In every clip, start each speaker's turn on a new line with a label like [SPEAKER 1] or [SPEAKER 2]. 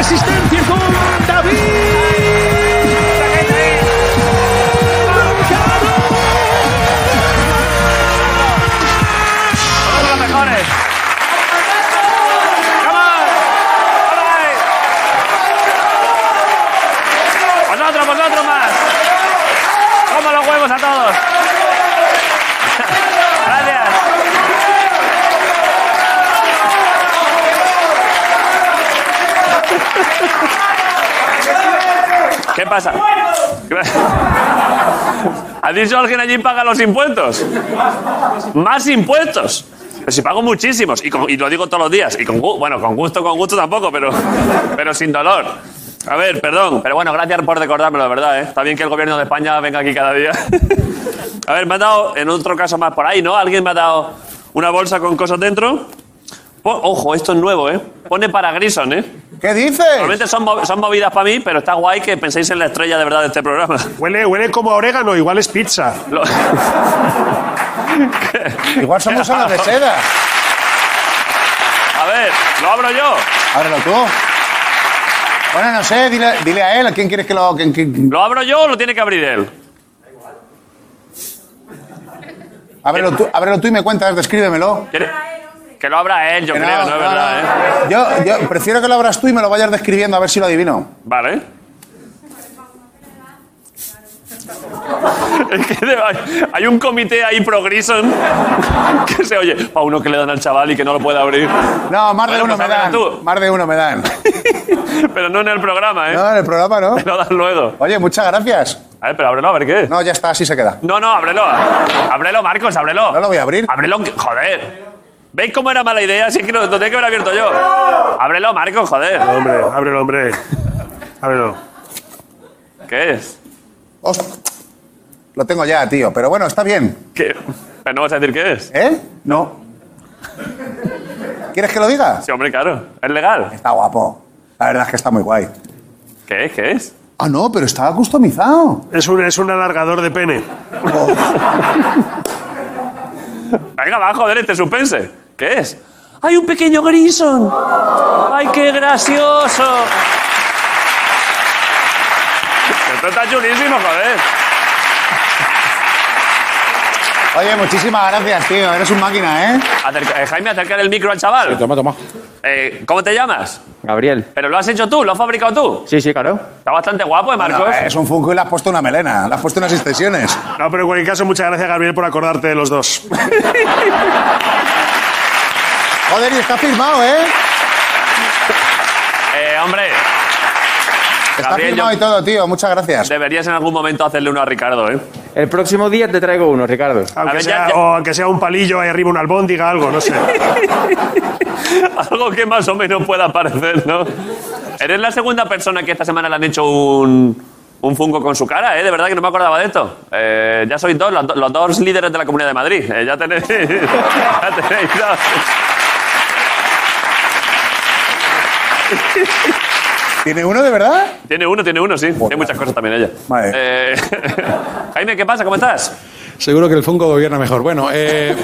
[SPEAKER 1] es un David Mercado.
[SPEAKER 2] Somos los mejores. Come on. All right. Vosotros, vosotros más. Como los huevos a todos. Gracias. ¿Qué pasa? ¿Ha dicho alguien allí paga los impuestos? Más impuestos. Pero si pago muchísimos, y, con- y lo digo todos los días, y con, gu- bueno, con gusto, con gusto tampoco, pero, pero sin dolor. A ver, perdón, pero bueno, gracias por recordármelo, de verdad, ¿eh? Está bien que el gobierno de España venga aquí cada día. A ver, me ha dado, en otro caso más por ahí, ¿no? Alguien me ha dado una bolsa con cosas dentro. Po- Ojo, esto es nuevo, ¿eh? Pone para Grison, ¿eh?
[SPEAKER 3] ¿Qué dices?
[SPEAKER 2] Normalmente son, mov- son movidas para mí, pero está guay que penséis en la estrella de verdad de este programa.
[SPEAKER 4] Huele, huele como a orégano, igual es pizza.
[SPEAKER 2] Lo-
[SPEAKER 3] Igual somos alas de seda.
[SPEAKER 2] A ver, lo abro yo.
[SPEAKER 3] Ábrelo tú. Bueno, no sé, dile, dile a él, ¿a quién quieres que lo...? quién- quién-
[SPEAKER 2] ¿Lo abro yo o lo tiene que abrir él?
[SPEAKER 3] Ábrelo, tú, ábrelo tú y me cuentas, descríbemelo.
[SPEAKER 2] ¿Quiere- Que lo abra él, yo
[SPEAKER 3] Que
[SPEAKER 2] creo, no, es verdad, ¿eh?
[SPEAKER 3] no. Yo, yo prefiero que lo abras tú y me lo vayas describiendo a ver si lo adivino.
[SPEAKER 2] Vale. Es que de- hay- hay un comité ahí pro Grison que se oye a uno que le dan al chaval y que no lo puede abrir.
[SPEAKER 3] No, más de
[SPEAKER 2] Bueno,
[SPEAKER 3] uno
[SPEAKER 2] pues
[SPEAKER 3] me dan.
[SPEAKER 2] ábrelo tú.
[SPEAKER 3] Más de uno me dan.
[SPEAKER 2] Pero no en el programa, ¿eh?
[SPEAKER 3] No, en el programa no.
[SPEAKER 2] Lo dan luego.
[SPEAKER 3] Oye, muchas gracias.
[SPEAKER 2] A ver, pero ábrelo, a ver qué es.
[SPEAKER 3] No, ya está, así se queda.
[SPEAKER 2] No, no, ábrelo. Ábrelo, Marcos, ábrelo.
[SPEAKER 3] No lo voy a abrir.
[SPEAKER 2] Ábrelo, que- joder. ¿Veis cómo era mala idea? Si es que lo, lo tenía que haber abierto yo. Ábrelo, Marcos, joder.
[SPEAKER 4] Hombre, ábrelo, hombre. Ábrelo.
[SPEAKER 2] ¿Qué es?
[SPEAKER 3] Host- Lo tengo ya, tío. Pero bueno, está bien.
[SPEAKER 2] ¿Qué? Pero no vas a decir qué es.
[SPEAKER 3] ¿Eh? No. ¿Quieres que lo diga?
[SPEAKER 2] Sí, hombre, claro. Es legal.
[SPEAKER 3] Está guapo. La verdad es que está muy guay.
[SPEAKER 2] ¿Qué es? ¿Qué es?
[SPEAKER 3] Ah, no, pero está customizado.
[SPEAKER 4] Es un, es un alargador de pene.
[SPEAKER 2] Venga, va, joder, este suspense. ¿Qué es? ¡Hay un pequeño Grison! ¡Ay, qué gracioso! Esto está chulísimo, joder.
[SPEAKER 3] Oye, muchísimas gracias, tío. Eres un máquina, ¿eh?
[SPEAKER 2] Acerca- eh, Jaime, acercar el micro al chaval.
[SPEAKER 5] Toma, toma.
[SPEAKER 2] Eh, ¿Cómo te llamas?
[SPEAKER 5] Gabriel.
[SPEAKER 2] Pero lo has hecho tú, lo has fabricado tú.
[SPEAKER 5] Sí, sí, claro.
[SPEAKER 2] Está bastante guapo, ¿eh, Marcos?
[SPEAKER 3] No, es un Funko y le has puesto una melena. Le has puesto unas extensiones.
[SPEAKER 4] No, pero en cualquier caso, muchas gracias, Gabriel, por acordarte de los dos.
[SPEAKER 3] Joder, y está firmado, ¿eh?
[SPEAKER 2] Eh, hombre,
[SPEAKER 3] Está
[SPEAKER 2] Gabriel,
[SPEAKER 3] firmado
[SPEAKER 2] yo-
[SPEAKER 3] y todo, tío. Muchas gracias.
[SPEAKER 2] deberías en algún momento hacerle uno a Ricardo, ¿eh?
[SPEAKER 5] El próximo día te traigo uno, Ricardo.
[SPEAKER 4] Aunque
[SPEAKER 2] ver,
[SPEAKER 4] sea,
[SPEAKER 2] ya- ya-
[SPEAKER 4] O aunque sea un palillo, ahí arriba un albóndiga, algo, no sé.
[SPEAKER 2] Algo que más o menos pueda parecer, ¿no? Eres la segunda persona que esta semana le han hecho un, un fungo con su cara, ¿eh? De verdad que no me acordaba de esto. Eh, ya sois dos, los, do- los dos líderes de la Comunidad de Madrid. Eh, ya tenéis... ya tenéis dos.
[SPEAKER 3] ¿Tiene uno de verdad?
[SPEAKER 2] Tiene uno, tiene uno, sí. Tiene muchas cosas también ella.
[SPEAKER 3] Vale.
[SPEAKER 2] Eh, Jaime, ¿qué pasa? ¿Cómo estás?
[SPEAKER 5] Seguro que el Funko gobierna mejor. Bueno, eh,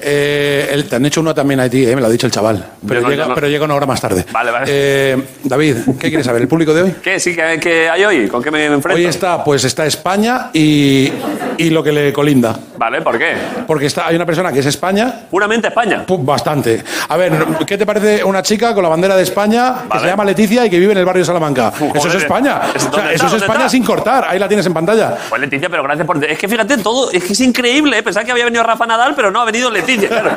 [SPEAKER 5] eh, el- te han hecho uno también a ti, eh, me lo ha dicho el chaval. Pero,
[SPEAKER 2] Yo no,
[SPEAKER 5] llega,
[SPEAKER 2] yo no.
[SPEAKER 5] pero llega una hora más tarde.
[SPEAKER 2] Vale, vale.
[SPEAKER 5] Eh, David, ¿qué quieres saber? ¿El público de hoy?
[SPEAKER 2] ¿Qué, sí, qué, qué hay hoy? ¿Con qué me enfrento?
[SPEAKER 5] Hoy está, pues está España y, y lo que le colinda.
[SPEAKER 2] Vale, ¿por qué?
[SPEAKER 5] Porque está, hay una persona que es España,
[SPEAKER 2] Puramente España.
[SPEAKER 5] pu- bastante. A ver, ¿qué te parece una chica con la bandera de España que
[SPEAKER 2] Vale.
[SPEAKER 5] se llama Leticia y que vive en el barrio de Salamanca? eso es
[SPEAKER 2] joder.
[SPEAKER 5] España.
[SPEAKER 2] ¿Es-
[SPEAKER 5] O sea,
[SPEAKER 2] dónde está?
[SPEAKER 5] eso es
[SPEAKER 2] ¿Dónde
[SPEAKER 5] España
[SPEAKER 2] está?
[SPEAKER 5] sin cortar. Ahí la tienes en pantalla.
[SPEAKER 2] Pues Leticia, pero gracias por... Es que fíjate, todo... Es que es increíble, ¿eh? Pensaba que había venido Rafa Nadal, pero no, ha venido Leticia, claro.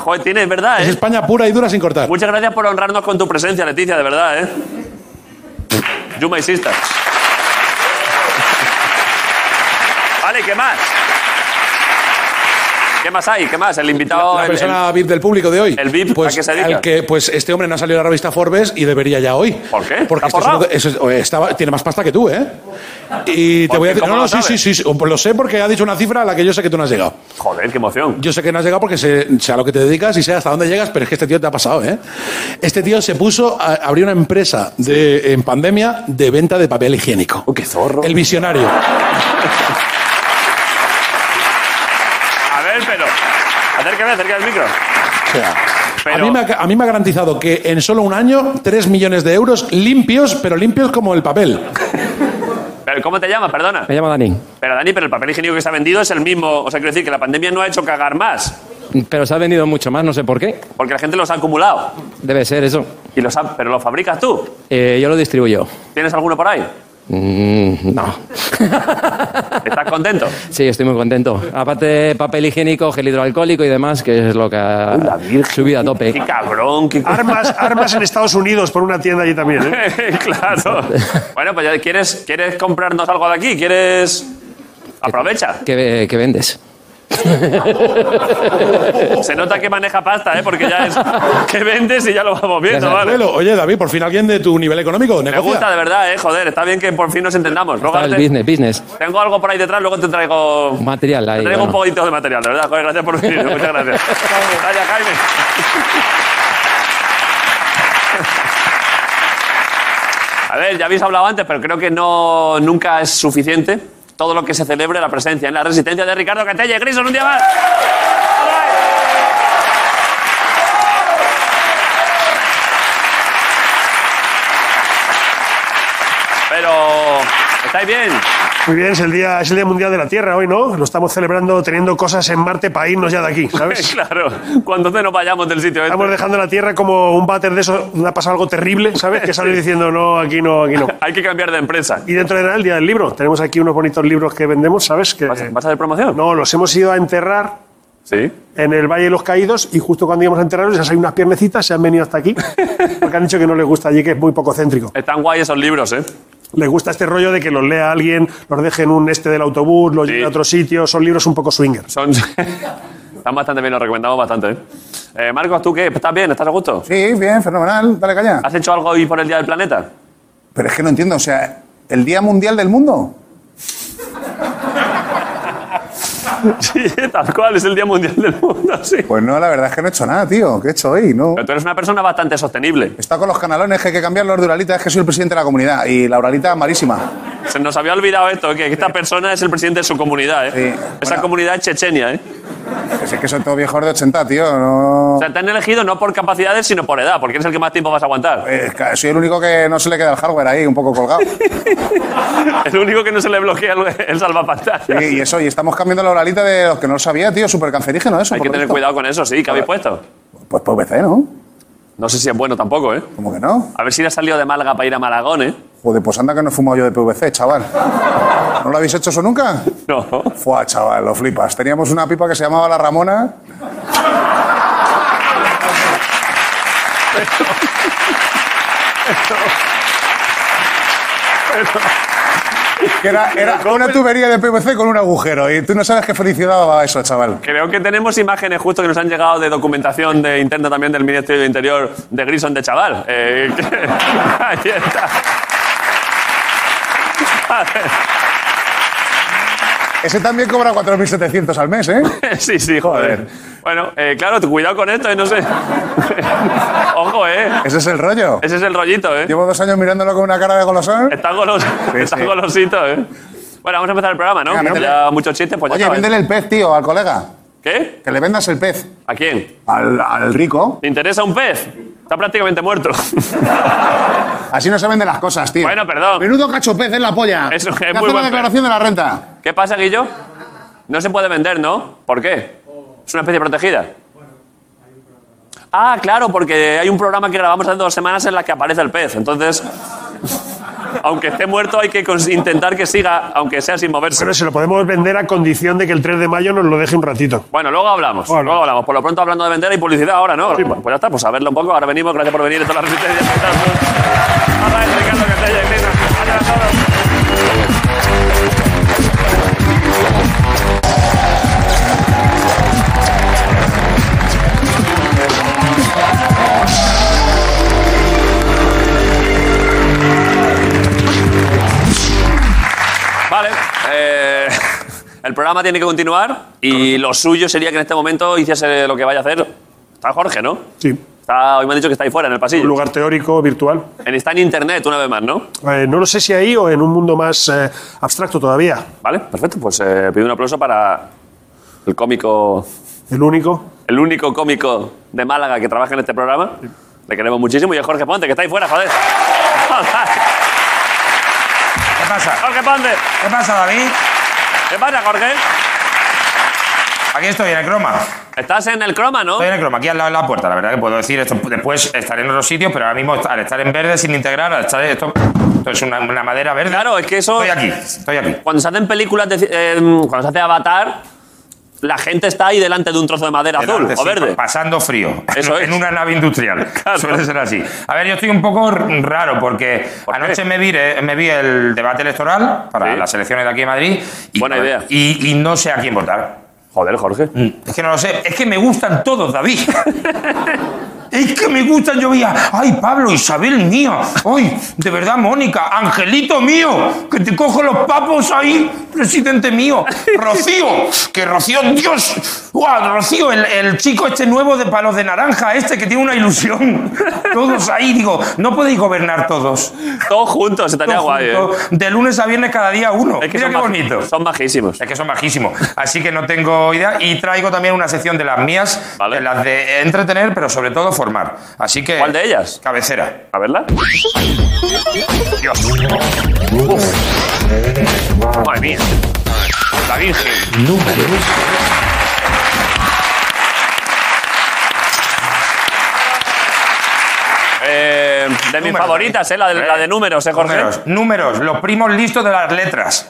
[SPEAKER 2] Joder, tienes, ¿verdad,
[SPEAKER 5] Es
[SPEAKER 2] eh?
[SPEAKER 5] España pura y dura sin cortar.
[SPEAKER 2] Muchas gracias por honrarnos con tu presencia, Leticia, de verdad, ¿eh? You my sister. Vale, ¿qué más? ¿Qué más hay? ¿Qué más? El invitado...
[SPEAKER 5] La
[SPEAKER 2] el- el-
[SPEAKER 5] persona VIP del público de hoy.
[SPEAKER 2] ¿El VIP a
[SPEAKER 5] pues,
[SPEAKER 2] qué se dedica?
[SPEAKER 5] al que, pues este hombre no ha salido a la revista Forbes y debería ya hoy.
[SPEAKER 2] ¿Por qué? ¿Está
[SPEAKER 5] Porque este es
[SPEAKER 2] forrado?
[SPEAKER 5] uno de- eso es- oye, estaba- tiene más pasta que tú, ¿eh? Y te
[SPEAKER 2] ¿Por
[SPEAKER 5] voy a
[SPEAKER 2] qué?
[SPEAKER 5] decir.
[SPEAKER 2] ¿Cómo lo
[SPEAKER 5] No, no, sí, sí,
[SPEAKER 2] sabes?
[SPEAKER 5] sí. sí, Lo sé porque ha dicho una cifra a la que yo sé que tú no has llegado.
[SPEAKER 2] Joder, qué emoción.
[SPEAKER 5] Yo sé que no has llegado porque sé, sé a lo que te dedicas y sé hasta dónde llegas, pero es que este tío te ha pasado, ¿eh? Este tío se puso a abrir una empresa de, en pandemia de venta de papel higiénico.
[SPEAKER 2] qué zorro.
[SPEAKER 5] El visionario.
[SPEAKER 2] A ver, pero... Acércame, acerca el micro.
[SPEAKER 5] O sea, A
[SPEAKER 2] Pero-
[SPEAKER 5] mí, me ha, a mí me ha garantizado que en solo un año, 3 millones de euros limpios, pero limpios como el papel.
[SPEAKER 2] Pero, ¿Cómo te llamas? Perdona.
[SPEAKER 6] Me llamo Dani.
[SPEAKER 2] Pero Dani, pero el papel higiénico que se ha vendido es el mismo. O sea, quiero decir que la pandemia no ha hecho cagar más,
[SPEAKER 6] Pero se ha vendido mucho más, no sé por qué.
[SPEAKER 2] porque la gente los ha acumulado.
[SPEAKER 6] Debe ser eso.
[SPEAKER 2] Y los ha- pero los fabricas tú.
[SPEAKER 6] Eh, yo lo distribuyo.
[SPEAKER 2] ¿Tienes alguno por ahí?
[SPEAKER 6] Mm, no.
[SPEAKER 2] ¿Estás contento?
[SPEAKER 6] Sí, estoy muy contento. Aparte, papel higiénico, gel hidroalcohólico y demás, que es lo que ha subido a tope.
[SPEAKER 2] ¡Qué cabrón! Qué...
[SPEAKER 4] Armas, armas en Estados Unidos por una tienda allí también, ¿eh?
[SPEAKER 2] claro. Bueno, pues ya quieres, quieres comprarnos algo de aquí, quieres. Aprovecha.
[SPEAKER 6] ¿Qué, qué vendes?
[SPEAKER 2] Se nota que maneja pasta, ¿eh? Porque ya es que vendes y ya lo vamos viendo, ¿vale?
[SPEAKER 5] Abuelo, oye, David, por fin alguien de tu nivel económico
[SPEAKER 2] Me gusta
[SPEAKER 5] negocia.
[SPEAKER 2] de verdad, ¿eh? Joder, está bien que por fin nos entendamos. Luego
[SPEAKER 6] Está el
[SPEAKER 2] te-
[SPEAKER 6] business, business.
[SPEAKER 2] Tengo algo por ahí detrás, luego te traigo.
[SPEAKER 6] Material
[SPEAKER 2] Te
[SPEAKER 6] ahí.
[SPEAKER 2] traigo un
[SPEAKER 6] bueno.
[SPEAKER 2] poquito de material, de verdad. Joder, gracias por venir. Muchas gracias. Vaya, Jaime. A ver, ya habéis hablado antes, pero creo que no, nunca es suficiente todo lo que se celebre la presencia en la resistencia de Ricardo Catelle. Grison, un día más. Pero, ¿estáis bien?
[SPEAKER 4] Muy bien, es el, día, es el Día Mundial de la Tierra hoy, ¿no? Lo estamos celebrando teniendo cosas en Marte para irnos ya de aquí,
[SPEAKER 6] Pues
[SPEAKER 4] ¿sabes?
[SPEAKER 2] claro, cuando entonces nos vayamos del sitio. este.
[SPEAKER 4] Estamos dejando la Tierra como un váter de eso, ha pasado algo terrible, ¿sabes? Que sale diciendo, no, aquí no, aquí no.
[SPEAKER 2] Hay que cambiar de empresa.
[SPEAKER 4] Y dentro de nada, el Día del Libro. Tenemos aquí unos bonitos libros que vendemos, ¿sabes? Que,
[SPEAKER 2] ¿Vas,
[SPEAKER 3] Eh,
[SPEAKER 2] vas a hacer promoción?
[SPEAKER 4] no, los hemos ido a enterrar
[SPEAKER 2] Sí.
[SPEAKER 4] en el Valle de los Caídos y justo cuando íbamos a enterrarlos, ya hay unas piernecitas, se han venido hasta aquí, porque han dicho que no les gusta allí, que es muy poco céntrico.
[SPEAKER 2] Están guay esos libros, ¿eh?
[SPEAKER 4] Les gusta este rollo de que los lea alguien, los dejen un este del autobús, los
[SPEAKER 2] Sí.
[SPEAKER 4] lleve a otro sitio, son libros un poco swingers.
[SPEAKER 2] Son... Están bastante bien, los recomendamos bastante, ¿eh? Eh, Marcos, ¿tú qué? ¿Estás bien? ¿Estás a gusto?
[SPEAKER 3] Sí, bien, fenomenal, dale caña.
[SPEAKER 2] ¿Has hecho algo hoy por el Día del Planeta?
[SPEAKER 3] Pero es que no entiendo, o sea, ¿el Día Mundial del Mundo?
[SPEAKER 2] Sí, tal cual, es el Día Mundial del Mundo, sí.
[SPEAKER 3] Pues no, la verdad es que no he hecho nada, tío. ¿Qué he hecho hoy? No.
[SPEAKER 2] Pero tú eres una persona bastante sostenible.
[SPEAKER 3] Está con los canalones, que hay que cambiarlos de Uralita, es que soy el presidente de la comunidad. Y la Uralita, malísima.
[SPEAKER 2] Se nos había olvidado esto, que esta persona es el presidente de su comunidad, ¿eh?
[SPEAKER 3] Sí.
[SPEAKER 2] Esa
[SPEAKER 3] Bueno.
[SPEAKER 2] comunidad es chechenia, ¿eh?
[SPEAKER 3] Que sí, que son todos viejos de 80, tío. No...
[SPEAKER 2] O sea, te han elegido no por capacidades, sino por edad, porque eres el que más tiempo vas a aguantar.
[SPEAKER 3] Eh, ca- soy el único que no se le queda el hardware ahí, un poco colgado.
[SPEAKER 2] El único que no se le bloquea el, el salvapantallas.
[SPEAKER 3] Y, y eso, y estamos cambiando la Uralita de los que no lo sabía, tío. Súper cancerígeno eso.
[SPEAKER 2] Hay
[SPEAKER 3] por
[SPEAKER 2] que
[SPEAKER 3] lo
[SPEAKER 2] tener
[SPEAKER 3] visto.
[SPEAKER 2] cuidado con eso, sí, que habéis puesto.
[SPEAKER 3] Pues PVC, ¿no?
[SPEAKER 2] No sé si es bueno tampoco, ¿eh?
[SPEAKER 3] ¿Cómo que no?
[SPEAKER 2] A ver si le ha salido de Málaga para ir a Malagón, ¿eh?
[SPEAKER 3] Joder, pues anda que no he fumado yo de PVC, chaval. ¿No lo habéis hecho eso nunca?
[SPEAKER 2] No.
[SPEAKER 3] Fua, chaval, lo flipas. Teníamos una pipa que se llamaba La Ramona. Que era, era una tubería de PVC con un agujero. Y tú no sabes qué felicidad daba eso, chaval.
[SPEAKER 2] Creo que tenemos imágenes justo que nos han llegado de documentación de interna también del Ministerio del Interior de Grison de Chaval. Eh, que- ahí está.
[SPEAKER 3] Ese también cobra 4.700 al mes, ¿eh?
[SPEAKER 2] Sí, sí, joder.
[SPEAKER 3] Joder.
[SPEAKER 2] Bueno, eh, claro, tú cuidado con esto, eh, no sé. Ojo, ¿eh?
[SPEAKER 3] Ese es el rollo.
[SPEAKER 2] Ese es el rollito, ¿eh?
[SPEAKER 3] Llevo dos años mirándolo con una cara de golosón.
[SPEAKER 2] Está, golos... está
[SPEAKER 3] sí.
[SPEAKER 2] golosito, ¿eh? Bueno, vamos a empezar el programa, ¿no?
[SPEAKER 3] Venga,
[SPEAKER 2] Que
[SPEAKER 3] métele.
[SPEAKER 2] ya muchos chistes, pues ya
[SPEAKER 3] Oye,
[SPEAKER 2] está, ¿eh?
[SPEAKER 3] véndele el pez, tío, al colega.
[SPEAKER 2] ¿Qué?
[SPEAKER 3] Que le vendas el pez.
[SPEAKER 2] ¿A quién?
[SPEAKER 3] Al, al rico.
[SPEAKER 2] ¿Te interesa un pez? Está prácticamente muerto.
[SPEAKER 3] Así no se venden las cosas, tío.
[SPEAKER 2] Bueno, perdón.
[SPEAKER 3] Menudo cacho pez en la polla.
[SPEAKER 2] Eso es
[SPEAKER 3] Que
[SPEAKER 2] muy
[SPEAKER 3] hace la
[SPEAKER 2] buen
[SPEAKER 3] declaración de la renta.
[SPEAKER 2] ¿Qué pasa, Guillo? No se puede vender, ¿no? ¿Por qué? Es una especie protegida. Ah, claro, porque hay un programa que grabamos hace dos semanas en la que aparece el pez. Entonces, aunque esté muerto, hay que cons- intentar que siga, aunque sea sin moverse.
[SPEAKER 4] Pero se lo podemos vender a condición de que el 3 de mayo nos lo deje un ratito.
[SPEAKER 2] Bueno, luego hablamos.
[SPEAKER 4] Bueno.
[SPEAKER 2] Luego hablamos. Por lo pronto, hablando de vender y publicidad ahora, ¿no? Bueno, Pues ya está, pues a verlo un poco. Ahora venimos. Gracias por venir. Toda la resistencia. Ahora es Ricardo Castella y Grisa. Gracias a todos. Vale. eh, el programa tiene que continuar y lo suyo sería que en este momento hiciese lo que vaya a hacer. Está Jorge, ¿no?
[SPEAKER 4] Sí.
[SPEAKER 2] Está, hoy me han dicho que está ahí fuera, en el
[SPEAKER 4] Un
[SPEAKER 2] pasillo.
[SPEAKER 4] lugar teórico, virtual.
[SPEAKER 2] En- Está en internet una vez más, ¿no?
[SPEAKER 4] Eh, no lo sé si ahí o en un mundo más eh, abstracto todavía.
[SPEAKER 2] Vale, perfecto. Pues eh, pido un aplauso para el cómico
[SPEAKER 4] El único.
[SPEAKER 2] el único cómico de Málaga que trabaja en este programa. Le queremos muchísimo. Y a Jorge Ponte, que está ahí fuera, joder. Joder,
[SPEAKER 3] ¿Qué pasa?
[SPEAKER 2] Jorge Ponte.
[SPEAKER 3] ¿Qué pasa, David?
[SPEAKER 2] ¿Qué pasa, Jorge?
[SPEAKER 7] Aquí estoy, en el croma.
[SPEAKER 2] Estás en el croma, ¿no?
[SPEAKER 7] Estoy en el croma, aquí al lado de la puerta, la verdad que puedo decir. Esto, después estaré en otros sitios, pero ahora mismo al estar en verde sin integrar, al estar esto, esto es una, una madera verde.
[SPEAKER 2] Claro, es que eso...
[SPEAKER 7] Estoy aquí, estoy aquí.
[SPEAKER 2] Cuando se hacen películas, de ci- eh, cuando se hace Avatar, la gente está ahí delante de un trozo de madera azul
[SPEAKER 7] Delante,
[SPEAKER 2] o
[SPEAKER 7] sí,
[SPEAKER 2] verde.
[SPEAKER 7] pa- Pasando frío.
[SPEAKER 2] Eso
[SPEAKER 7] en
[SPEAKER 2] es.
[SPEAKER 7] una nave industrial.
[SPEAKER 2] Claro.
[SPEAKER 7] Suele ser así. A ver, yo estoy un poco r- raro porque
[SPEAKER 2] ¿Por qué?
[SPEAKER 7] anoche me vi, eh, me vi el debate electoral para
[SPEAKER 2] Sí.
[SPEAKER 7] las elecciones de aquí en Madrid. Y,
[SPEAKER 2] Buena idea.
[SPEAKER 7] Y, y no sé a quién votar.
[SPEAKER 2] Joder, Jorge.
[SPEAKER 7] Es que no lo sé. Es que me gustan todos, David. Es que me gustan, yo veía, ay Pablo, Isabel mía, ay, de verdad Mónica, Angelito mío, que te cojo los papos ahí, presidente mío, Rocío, que Rocío, Dios, guau, Rocío, el, el chico este nuevo de palos de naranja, este que tiene una ilusión, todos ahí, digo, no podéis gobernar todos,
[SPEAKER 2] Todos juntos, estaría
[SPEAKER 7] Todos
[SPEAKER 2] guay, ¿eh?
[SPEAKER 7] juntos, de lunes a viernes cada día uno,
[SPEAKER 2] Es que son
[SPEAKER 7] mira qué
[SPEAKER 2] maj-
[SPEAKER 7] bonito.
[SPEAKER 2] Son majísimos.
[SPEAKER 7] Es que son bajísimos. Así que no tengo idea. Y traigo también una sección de las mías,
[SPEAKER 2] Vale.
[SPEAKER 7] de las de entretener, pero sobre todo formar. Así que.
[SPEAKER 2] ¿Cuál de ellas?
[SPEAKER 7] Cabecera.
[SPEAKER 2] A verla.
[SPEAKER 7] Dios.
[SPEAKER 2] Madre mía. La Virgen. Eh, de mis
[SPEAKER 7] Números.
[SPEAKER 2] favoritas, ¿eh? La de, la de números, ¿eh, Jorge?
[SPEAKER 7] Números. Números. Los primos listos de las letras.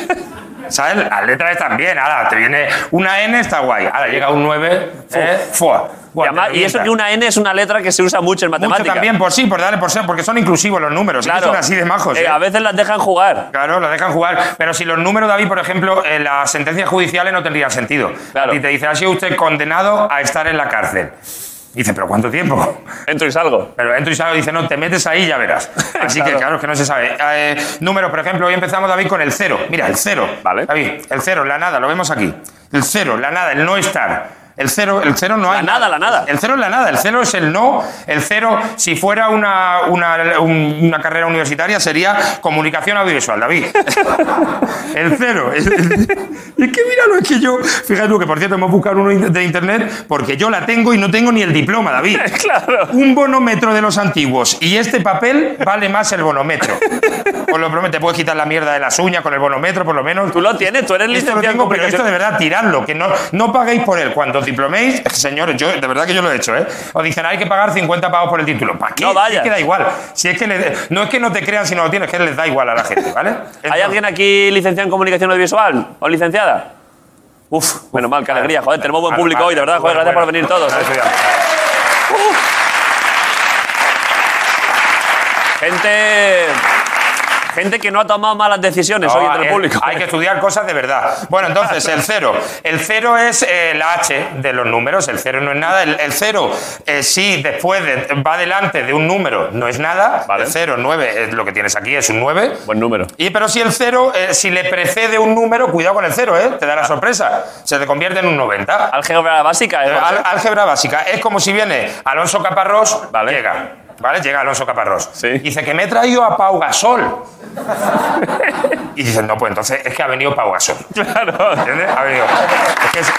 [SPEAKER 7] ¿Sabes? Las letras están bien. Ahora te viene una N, está guay. Ahora llega un 9. Eh, fua.
[SPEAKER 2] Y,
[SPEAKER 7] Guau,
[SPEAKER 2] además-
[SPEAKER 7] te
[SPEAKER 2] y eso
[SPEAKER 7] revienta.
[SPEAKER 2] que una N es una letra que se usa mucho en
[SPEAKER 7] Mucho
[SPEAKER 2] matemáticas.
[SPEAKER 7] también, por sí, por darle por ser, porque son inclusivos los números. Claro.
[SPEAKER 2] Claro.
[SPEAKER 7] Son así de majos.
[SPEAKER 2] Eh,
[SPEAKER 7] ¿eh?
[SPEAKER 2] a veces las dejan jugar.
[SPEAKER 7] Claro, la dejan jugar. Pero si los números, David, por ejemplo, eh, en las sentencias judiciales eh, no tendrían sentido.
[SPEAKER 2] Claro.
[SPEAKER 7] Y te dice, ha sido usted condenado a estar en la cárcel. Dice, ¿pero cuánto tiempo?
[SPEAKER 2] Entro y salgo.
[SPEAKER 7] Pero entro y salgo y dice, no, te metes ahí y ya verás. Así que, claro, es que no se sabe. Eh, números, por ejemplo, hoy empezamos, David, con el cero. Mira, el cero.
[SPEAKER 2] Vale.
[SPEAKER 7] David, el cero, la nada, lo vemos aquí. El cero, la nada, el no estar. El cero, el cero no
[SPEAKER 2] La
[SPEAKER 7] hay.
[SPEAKER 2] nada, la nada.
[SPEAKER 7] El cero es la nada, el cero es el no. El cero, si fuera una, una, un- una carrera universitaria, sería comunicación audiovisual, David. El cero. Es, es- es que míralo, es que yo. Fíjate tú que, por cierto, hemos buscado uno in- de internet porque yo la tengo y no tengo ni el diploma, David.
[SPEAKER 2] Claro.
[SPEAKER 7] Un bonómetro de los antiguos. Y este papel vale más el bonometro. Os lo prometo, te puedes quitar la mierda de las uñas con el bonometro, por lo menos.
[SPEAKER 2] Tú lo tienes, tú eres
[SPEAKER 7] Esto lo
[SPEAKER 2] licenciado en
[SPEAKER 7] tengo, pero esto
[SPEAKER 2] comunicación.
[SPEAKER 7] de verdad, tiradlo, que no, no paguéis por él. Cuando os diploméis, es que, señores, yo, de verdad que yo lo he hecho, ¿eh? Os dicen, hay que pagar 50 pavos por el título. ¿Para qué?
[SPEAKER 2] No vayas.
[SPEAKER 7] Si es que da igual. Si es que le- no es que no te crean si no lo tienes, es que les da igual a la gente, ¿vale?
[SPEAKER 2] ¿Hay
[SPEAKER 7] Entonces-
[SPEAKER 2] alguien aquí licenciado en comunicación audiovisual? ¿O licenciada? Uf, menos mal, qué alegría. Joder, tenemos buen
[SPEAKER 7] Vale,
[SPEAKER 2] público
[SPEAKER 7] vale,
[SPEAKER 2] hoy, de verdad. Joder,
[SPEAKER 7] bueno,
[SPEAKER 2] gracias por
[SPEAKER 7] bueno.
[SPEAKER 2] venir todos.
[SPEAKER 7] Gracias,
[SPEAKER 2] eh.
[SPEAKER 7] cuidado.
[SPEAKER 2] Gente. Gente que no ha tomado malas decisiones hoy
[SPEAKER 7] No,
[SPEAKER 2] entre el
[SPEAKER 7] hay-
[SPEAKER 2] público.
[SPEAKER 7] Hay que estudiar cosas de verdad. Bueno, entonces, el cero. El cero es eh, la H de los números. El cero no es nada. El, el cero, eh, si después de- va delante de un número, no es nada.
[SPEAKER 2] Vale.
[SPEAKER 7] El cero, nueve, es lo que tienes aquí es un nueve.
[SPEAKER 2] Buen número.
[SPEAKER 7] Y pero si el cero, eh, si le precede un número, cuidado con el cero, ¿eh? Te da la sorpresa. Se te convierte en un 90.
[SPEAKER 2] Álgebra básica.
[SPEAKER 7] Eh,
[SPEAKER 2] ¿eh?
[SPEAKER 7] al- álgebra básica. Es como si viene Alonso Caparrós, llega. ¿Vale? Llega Alonso Caparrós.
[SPEAKER 2] Sí.
[SPEAKER 7] Dice que me he traído a Pau Gasol. y dicen, no, pues entonces es que ha venido Pau Gasol.
[SPEAKER 2] Claro.
[SPEAKER 7] ¿Entiendes? Ha venido. Es que es-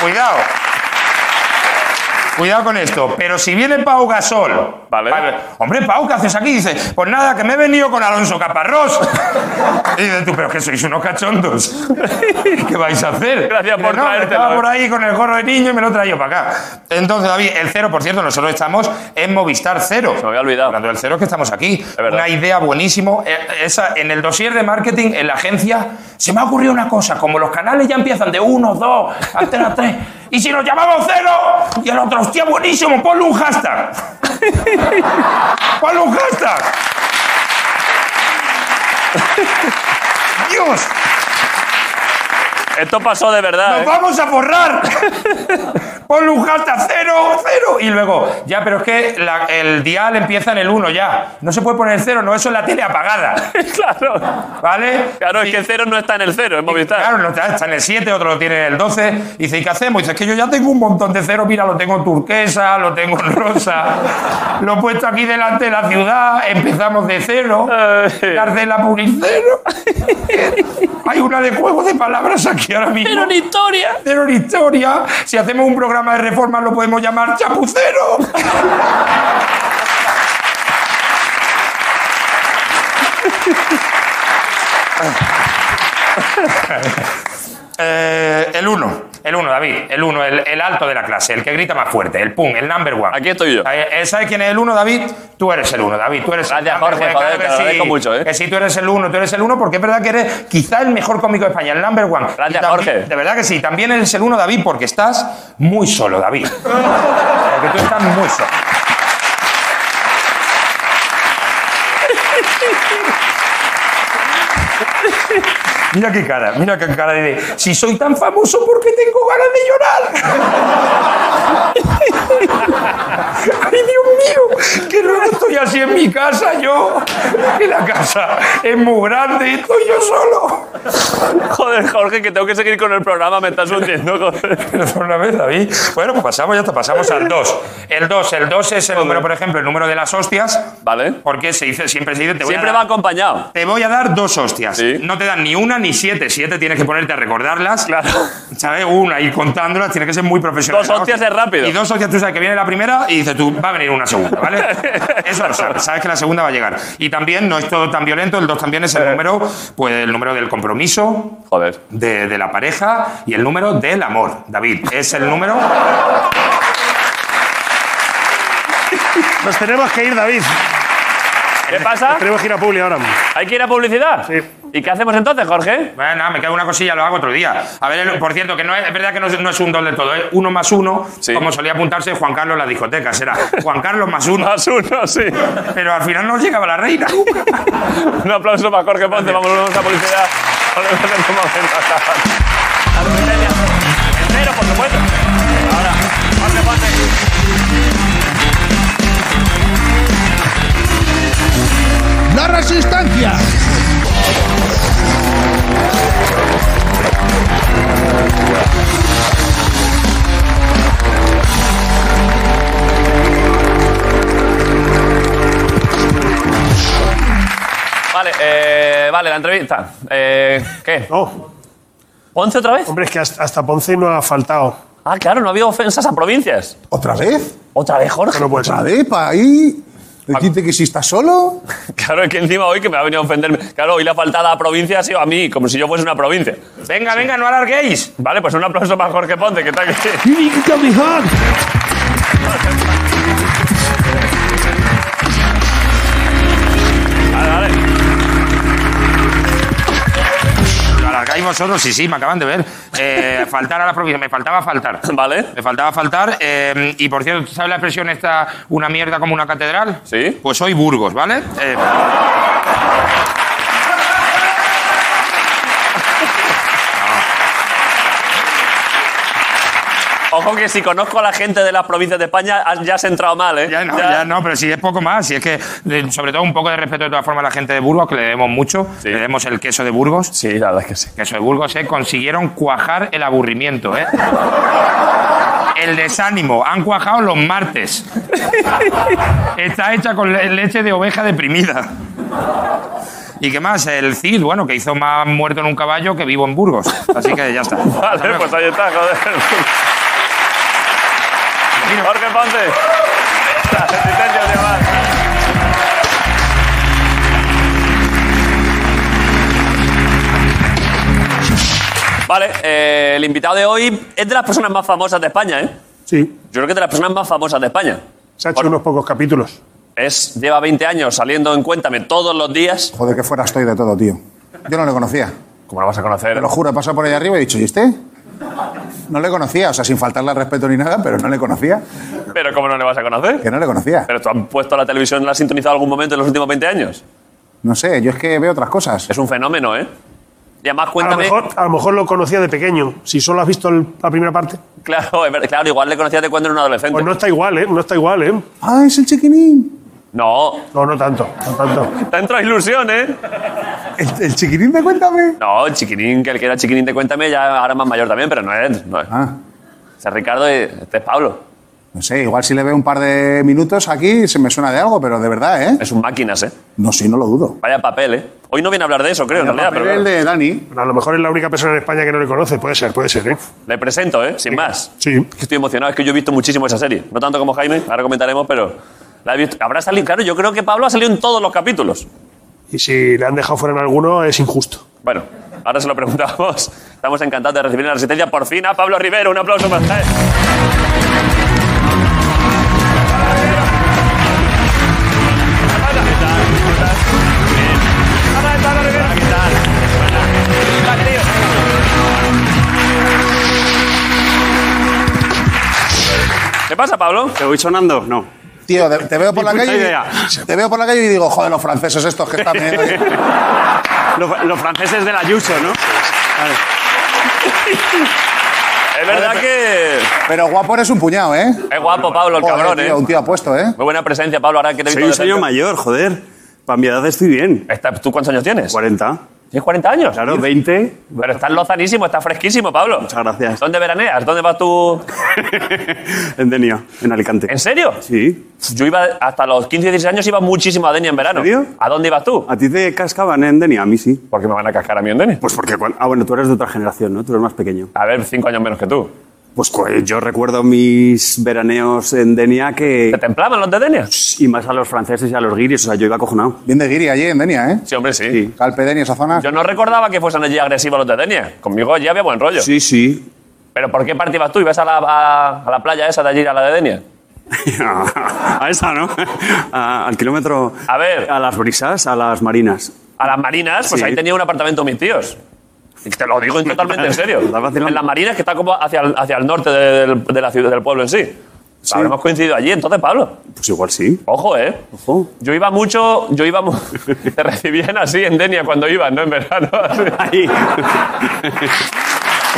[SPEAKER 7] Cuidado. Cuidado con esto. Pero si viene Pau Gasol.
[SPEAKER 2] Vale.
[SPEAKER 7] Hombre, Pau, ¿qué haces aquí? Dice, pues nada, que me he venido con Alonso Caparrós. y dices tú, pero que sois unos cachondos. ¿Qué vais a hacer?
[SPEAKER 2] Gracias
[SPEAKER 7] Dice,
[SPEAKER 2] por
[SPEAKER 7] no,
[SPEAKER 2] traértelo". eh".
[SPEAKER 7] Estaba por ahí con el gorro de niño y me lo he traído para acá. Entonces, David, el cero, por cierto, nosotros estamos en Movistar Cero.
[SPEAKER 2] me había olvidado.
[SPEAKER 7] Hablando del cero, que estamos aquí.
[SPEAKER 2] verdad.
[SPEAKER 7] Una idea buenísimo. Eh, Esa, en el dossier de marketing, en la agencia, se me ha ocurrido una cosa. Como los canales ya empiezan de uno, dos, antena tres. Y si nos llamamos cero, y el otro, hostia, buenísimo, ponle un hashtag. ponle un hashtag. Dios,
[SPEAKER 2] Esto pasó de verdad.
[SPEAKER 7] nos
[SPEAKER 2] ¿eh?
[SPEAKER 7] vamos a forrar. ponle un hashtag cero, cero. Y luego, ya, pero es que la- el dial empieza en el 1 ya. No se puede poner el cero, no, eso es la tele apagada.
[SPEAKER 2] ¿eh? claro.
[SPEAKER 7] ¿Vale?
[SPEAKER 2] Claro,
[SPEAKER 7] Y-
[SPEAKER 2] es que el cero no está en el cero, es Movistar.
[SPEAKER 7] Claro, no está, está en el 7, otro lo tiene en el 12. Y dice, ¿y qué hacemos? Dice, es que yo ya tengo un montón de ceros. Mira, lo tengo turquesa, lo tengo en rosa, lo he puesto aquí delante de la ciudad. Empezamos de cero.
[SPEAKER 2] Eh.
[SPEAKER 7] Carcela Punicero. Hay una de juego de palabras aquí ahora mismo. Cero en historia. Cero en historia. Si hacemos un programa de reformas lo podemos llamar chapucero. Eh, el 1, el 1, David, el 1, el, el alto de la clase, el que grita más fuerte, el pum, el number one.
[SPEAKER 2] Aquí estoy yo.
[SPEAKER 7] Eh, eh, ¿Sabes quién es el 1, David? Tú eres el 1, David, tú eres
[SPEAKER 2] Gracias,
[SPEAKER 7] el
[SPEAKER 2] Jorge,
[SPEAKER 7] number one.
[SPEAKER 2] joder,
[SPEAKER 7] Claro
[SPEAKER 2] te
[SPEAKER 7] que
[SPEAKER 2] lo
[SPEAKER 7] sí,
[SPEAKER 2] agradezco mucho, ¿eh?
[SPEAKER 7] Que sí, tú eres el 1, tú eres el 1, porque es verdad que eres quizá el mejor cómico de España, el number one.
[SPEAKER 2] Gracias,
[SPEAKER 7] Y también-
[SPEAKER 2] Jorge.
[SPEAKER 7] De verdad que sí, también eres el 1, David, porque estás muy solo, David. porque tú estás muy solo. Mira qué cara, mira qué cara de. Si soy tan famoso, ¿por qué tengo ganas de llorar? ¡Ay, Dios mío! Que no estoy así en mi casa, yo. Que la casa es muy grande, estoy yo solo.
[SPEAKER 2] Joder, Jorge, que tengo que seguir con el programa, me estás hundiendo, joder.
[SPEAKER 7] Perdóname, David. Bueno, pues pasamos, ya está, pasamos al 2. El 2, el 2 es el número, por ejemplo, el número de las hostias.
[SPEAKER 2] Vale.
[SPEAKER 7] Porque se dice, siempre se dice, te voy a
[SPEAKER 2] Siempre
[SPEAKER 7] dar-
[SPEAKER 2] va acompañado.
[SPEAKER 7] Te voy a dar dos hostias.
[SPEAKER 2] Sí.
[SPEAKER 7] No te dan ni una ni siete. Siete tienes que ponerte a recordarlas.
[SPEAKER 2] Claro.
[SPEAKER 7] ¿Sabes? Una, ir contándolas, tienes que ser muy profesional.
[SPEAKER 2] Dos hostias es rápido.
[SPEAKER 7] Y dos hostias, tú sabes que viene la primera y dices tú, va a venir una segunda, ¿vale? Eso lo sabes, sabes que la segunda va a llegar. Y también no es todo tan violento, el dos también es el número, pues el número del compromiso,
[SPEAKER 2] Eh. Joder.
[SPEAKER 7] de, de la pareja y el número del amor, David. Es el número.
[SPEAKER 4] Nos tenemos que ir, David.
[SPEAKER 2] ¿Qué pasa?
[SPEAKER 4] Tenemos que ir a Publi ahora.
[SPEAKER 2] ¿Hay que ir a publicidad?
[SPEAKER 4] Sí.
[SPEAKER 2] ¿Y qué hacemos entonces, Jorge?
[SPEAKER 7] Bueno, nada, me queda una cosilla, lo hago otro día. A ver, el- por cierto, que no es, es verdad que no es, no es un dos del todo, es uno más uno,
[SPEAKER 2] Sí.
[SPEAKER 7] como solía apuntarse Juan Carlos en las discotecas. Era Juan Carlos más uno,
[SPEAKER 2] Más uno, sí.
[SPEAKER 7] pero al final no llegaba la reina nunca.
[SPEAKER 2] Un aplauso para Jorge Ponte. Vamos, vamos a publicidad. Volvemos en un momento. Hasta ahora. El cero, por supuesto. Ahora, Jorge Ponte.
[SPEAKER 8] La resistencia.
[SPEAKER 2] Vale, eh, vale, la entrevista. Eh, ¿Qué?
[SPEAKER 4] No,
[SPEAKER 2] ¿Ponce otra vez?
[SPEAKER 4] hombre, es que hasta hasta Ponce no ha faltado.
[SPEAKER 2] Ah, claro, no ha habido ofensas a provincias.
[SPEAKER 3] ¿Otra vez?
[SPEAKER 2] ¿Otra vez, Jorge?
[SPEAKER 4] No puede ser.
[SPEAKER 3] ¿Otra vez? ¿Para ahí? ¿Decirte que si estás solo?
[SPEAKER 2] Claro, es que encima hoy que me ha venido a ofenderme. Claro, hoy la faltada a provincia ha sido a mí, como si yo fuese una provincia.
[SPEAKER 7] Venga, venga, no alarguéis.
[SPEAKER 2] Vale, pues un aplauso para Jorge Ponte, que está aquí. Vale, vale.
[SPEAKER 7] Lo alargáis vosotros, sí, sí, me acaban de ver. Eh, faltar a la provincia, me faltaba faltar.
[SPEAKER 2] Vale.
[SPEAKER 7] Me faltaba faltar. eh, y por cierto, ¿tú sabes la expresión esta, una mierda como una catedral?
[SPEAKER 2] Sí. Ah,
[SPEAKER 7] Pues soy Burgos, ¿vale? Eh,
[SPEAKER 2] Ojo que si conozco a la gente de las provincias de España, has- ya has entrado mal, ¿eh?
[SPEAKER 7] Ya no, ya. no, pero si es poco más. Si es que, de- sobre todo, un poco de respeto de todas formas a la gente de Burgos, que le debemos mucho.
[SPEAKER 2] Sí.
[SPEAKER 7] Le debemos el queso de Burgos.
[SPEAKER 2] Sí, la verdad es que sí.
[SPEAKER 7] Queso de Burgos, ¿eh? Consiguieron cuajar el aburrimiento, ¿eh? El desánimo. Han cuajado los martes. Está hecha con le- leche de oveja deprimida. ¿Y qué más? El Cid, bueno, que hizo más muerto en un caballo que vivo en Burgos. Así que ya está. Hasta
[SPEAKER 2] Vale,
[SPEAKER 7] luego.
[SPEAKER 2] pues ahí está, joder. Jorge Ponte. La resistencia de Abad. Vale, eh, el invitado de hoy es de las personas más famosas de España, ¿eh?
[SPEAKER 4] Sí,
[SPEAKER 2] Yo creo que es de las personas más famosas de España.
[SPEAKER 4] se ha hecho
[SPEAKER 2] Por-
[SPEAKER 4] unos pocos capítulos.
[SPEAKER 2] Es, lleva 20 años saliendo en Cuéntame todos los días.
[SPEAKER 3] Joder, que fuera estoy de todo, tío. Yo no le conocía.
[SPEAKER 2] ¿Cómo lo vas a conocer?
[SPEAKER 3] Te lo juro, he pasado por ahí arriba y he dicho, ¿y este? No le conocía, o sea, sin faltarle al respeto ni nada, pero no le conocía.
[SPEAKER 2] Pero ¿cómo no le vas a conocer?
[SPEAKER 3] Que no le conocía.
[SPEAKER 2] ¿Pero tú has puesto la televisión, la has sintonizado algún momento en los últimos 20 años?
[SPEAKER 3] No sé, yo es que veo otras cosas.
[SPEAKER 2] Es un fenómeno, ¿eh? Y además
[SPEAKER 4] A lo,
[SPEAKER 2] cuéntame...
[SPEAKER 4] mejor, a lo mejor lo conocía de pequeño. Si solo has visto el- la primera parte.
[SPEAKER 2] Claro, es verdad, claro, igual le conocías de cuando era un adolescente.
[SPEAKER 4] Pues no está igual, ¿eh? No está igual, ¿eh?
[SPEAKER 3] Ah, es el chiquinín.
[SPEAKER 2] No,
[SPEAKER 4] No, no tanto, no tanto.
[SPEAKER 2] te ha entrado ilusión, ¿eh?
[SPEAKER 3] ¿El, el chiquinín de Cuéntame?
[SPEAKER 2] No, el chiquinín, que el que era chiquinín te cuéntame, ya ahora es más mayor también, pero no es. No es.
[SPEAKER 3] Ah,
[SPEAKER 2] O sea, Ricardo, y este es Pablo.
[SPEAKER 3] no sé, igual si le veo un par de minutos aquí se me suena de algo, pero de verdad, ¿eh?
[SPEAKER 2] Es un máquinas, ¿eh?
[SPEAKER 3] No, sí, no lo dudo.
[SPEAKER 2] Vaya papel, ¿eh? Hoy no viene a hablar de eso, creo, en realidad, pero
[SPEAKER 3] el
[SPEAKER 2] claro.
[SPEAKER 3] de Dani.
[SPEAKER 4] A lo mejor es la única persona en España que no le conoce, puede ser, puede ser, ¿eh?
[SPEAKER 2] le presento, ¿eh? Sin más.
[SPEAKER 4] Sí.
[SPEAKER 2] Es que estoy emocionado, es que yo he visto muchísimo esa serie. No tanto como Jaime, ahora comentaremos, pero la he visto. Habrá salido, claro, yo creo que Pablo ha salido en todos los capítulos.
[SPEAKER 4] Y si le han dejado fuera en alguno, es injusto.
[SPEAKER 2] Bueno, ahora se lo preguntamos. Estamos encantados de recibir en la resistencia por fin a Pablo Rivero. Un aplauso para él. ¿Qué pasa, Pablo?
[SPEAKER 9] ¿Te voy sonando? No.
[SPEAKER 3] Tío, de- te veo por la
[SPEAKER 9] Ni puta
[SPEAKER 3] calle. y-
[SPEAKER 9] idea.
[SPEAKER 3] Te veo por la calle y digo, joder, los franceses estos que están eh". viniendo aquí.
[SPEAKER 9] Los, los franceses de la Yuso, ¿no?
[SPEAKER 2] Es verdad que...
[SPEAKER 3] Pero guapo eres un puñado, ¿eh?
[SPEAKER 2] Es guapo, Pablo, el
[SPEAKER 3] Joder,
[SPEAKER 2] cabrón, ¿eh?
[SPEAKER 3] tío, Un tío apuesto, ¿eh?
[SPEAKER 2] Muy buena presencia, Pablo, ahora que te he
[SPEAKER 9] Soy
[SPEAKER 2] visto
[SPEAKER 9] un
[SPEAKER 2] de
[SPEAKER 9] señor
[SPEAKER 2] cerca.
[SPEAKER 9] mayor, joder. Para mi edad estoy bien.
[SPEAKER 2] Está- ¿Tú cuántos años tienes?
[SPEAKER 9] 40.
[SPEAKER 2] ¿Tienes 40 años?
[SPEAKER 9] Claro, 20.
[SPEAKER 2] Pero estás lozanísimo, estás fresquísimo, Pablo.
[SPEAKER 9] Muchas gracias.
[SPEAKER 2] ¿Dónde veraneas? ¿Dónde vas tú?
[SPEAKER 9] en Denia, en Alicante.
[SPEAKER 2] ¿En serio?
[SPEAKER 9] Sí.
[SPEAKER 2] Yo iba hasta los 15, 16 años iba muchísimo a Denia en verano.
[SPEAKER 9] ¿En serio? Ah.
[SPEAKER 2] ¿A dónde ibas tú?
[SPEAKER 9] ¿A ti te cascaban en Denia? A mí sí.
[SPEAKER 2] Porque me van a cascar a mí en Denia.
[SPEAKER 9] Pues porque... cuan- Ah, bueno, tú eres de otra generación, ¿no? Tú eres más pequeño.
[SPEAKER 2] A ver, 5 años menos que tú.
[SPEAKER 9] Pues co- yo recuerdo mis veraneos en Denia que...
[SPEAKER 2] ¿Te templaban los de Denia?
[SPEAKER 9] Y más a los franceses y a los guiris. O sea, yo iba acojonado.
[SPEAKER 3] Bien de guiri allí en Denia, ¿eh?
[SPEAKER 2] Sí, hombre, sí.
[SPEAKER 9] Sí.
[SPEAKER 3] Calpe Denia, esa zona.
[SPEAKER 2] Yo no recordaba que fuesen allí agresivos los de Denia. Conmigo allí había buen rollo.
[SPEAKER 9] Sí, sí.
[SPEAKER 2] ¿Pero por qué parte ibas tú? ¿Ibas a la, a- a la playa esa de allí, a la de Denia?
[SPEAKER 9] a esa, ¿no? A- al kilómetro.
[SPEAKER 2] A ver.
[SPEAKER 9] A las brisas, a las marinas.
[SPEAKER 2] A las marinas, pues
[SPEAKER 9] Sí.
[SPEAKER 2] ahí tenía un apartamento mis tíos. Y Te lo digo totalmente en serio.
[SPEAKER 9] Estás vacilando.
[SPEAKER 2] En las marinas, que está como hacia el, hacia el norte de, de la ciudad, del pueblo en sí. Habremos coincidido allí, entonces, Pablo.
[SPEAKER 9] Pues igual sí.
[SPEAKER 2] Ojo, ¿eh?
[SPEAKER 9] Ojo.
[SPEAKER 2] Yo iba mucho, yo iba... mu- Te recibían así en Denia cuando ibas, ¿no? En verano. así.
[SPEAKER 9] Ahí.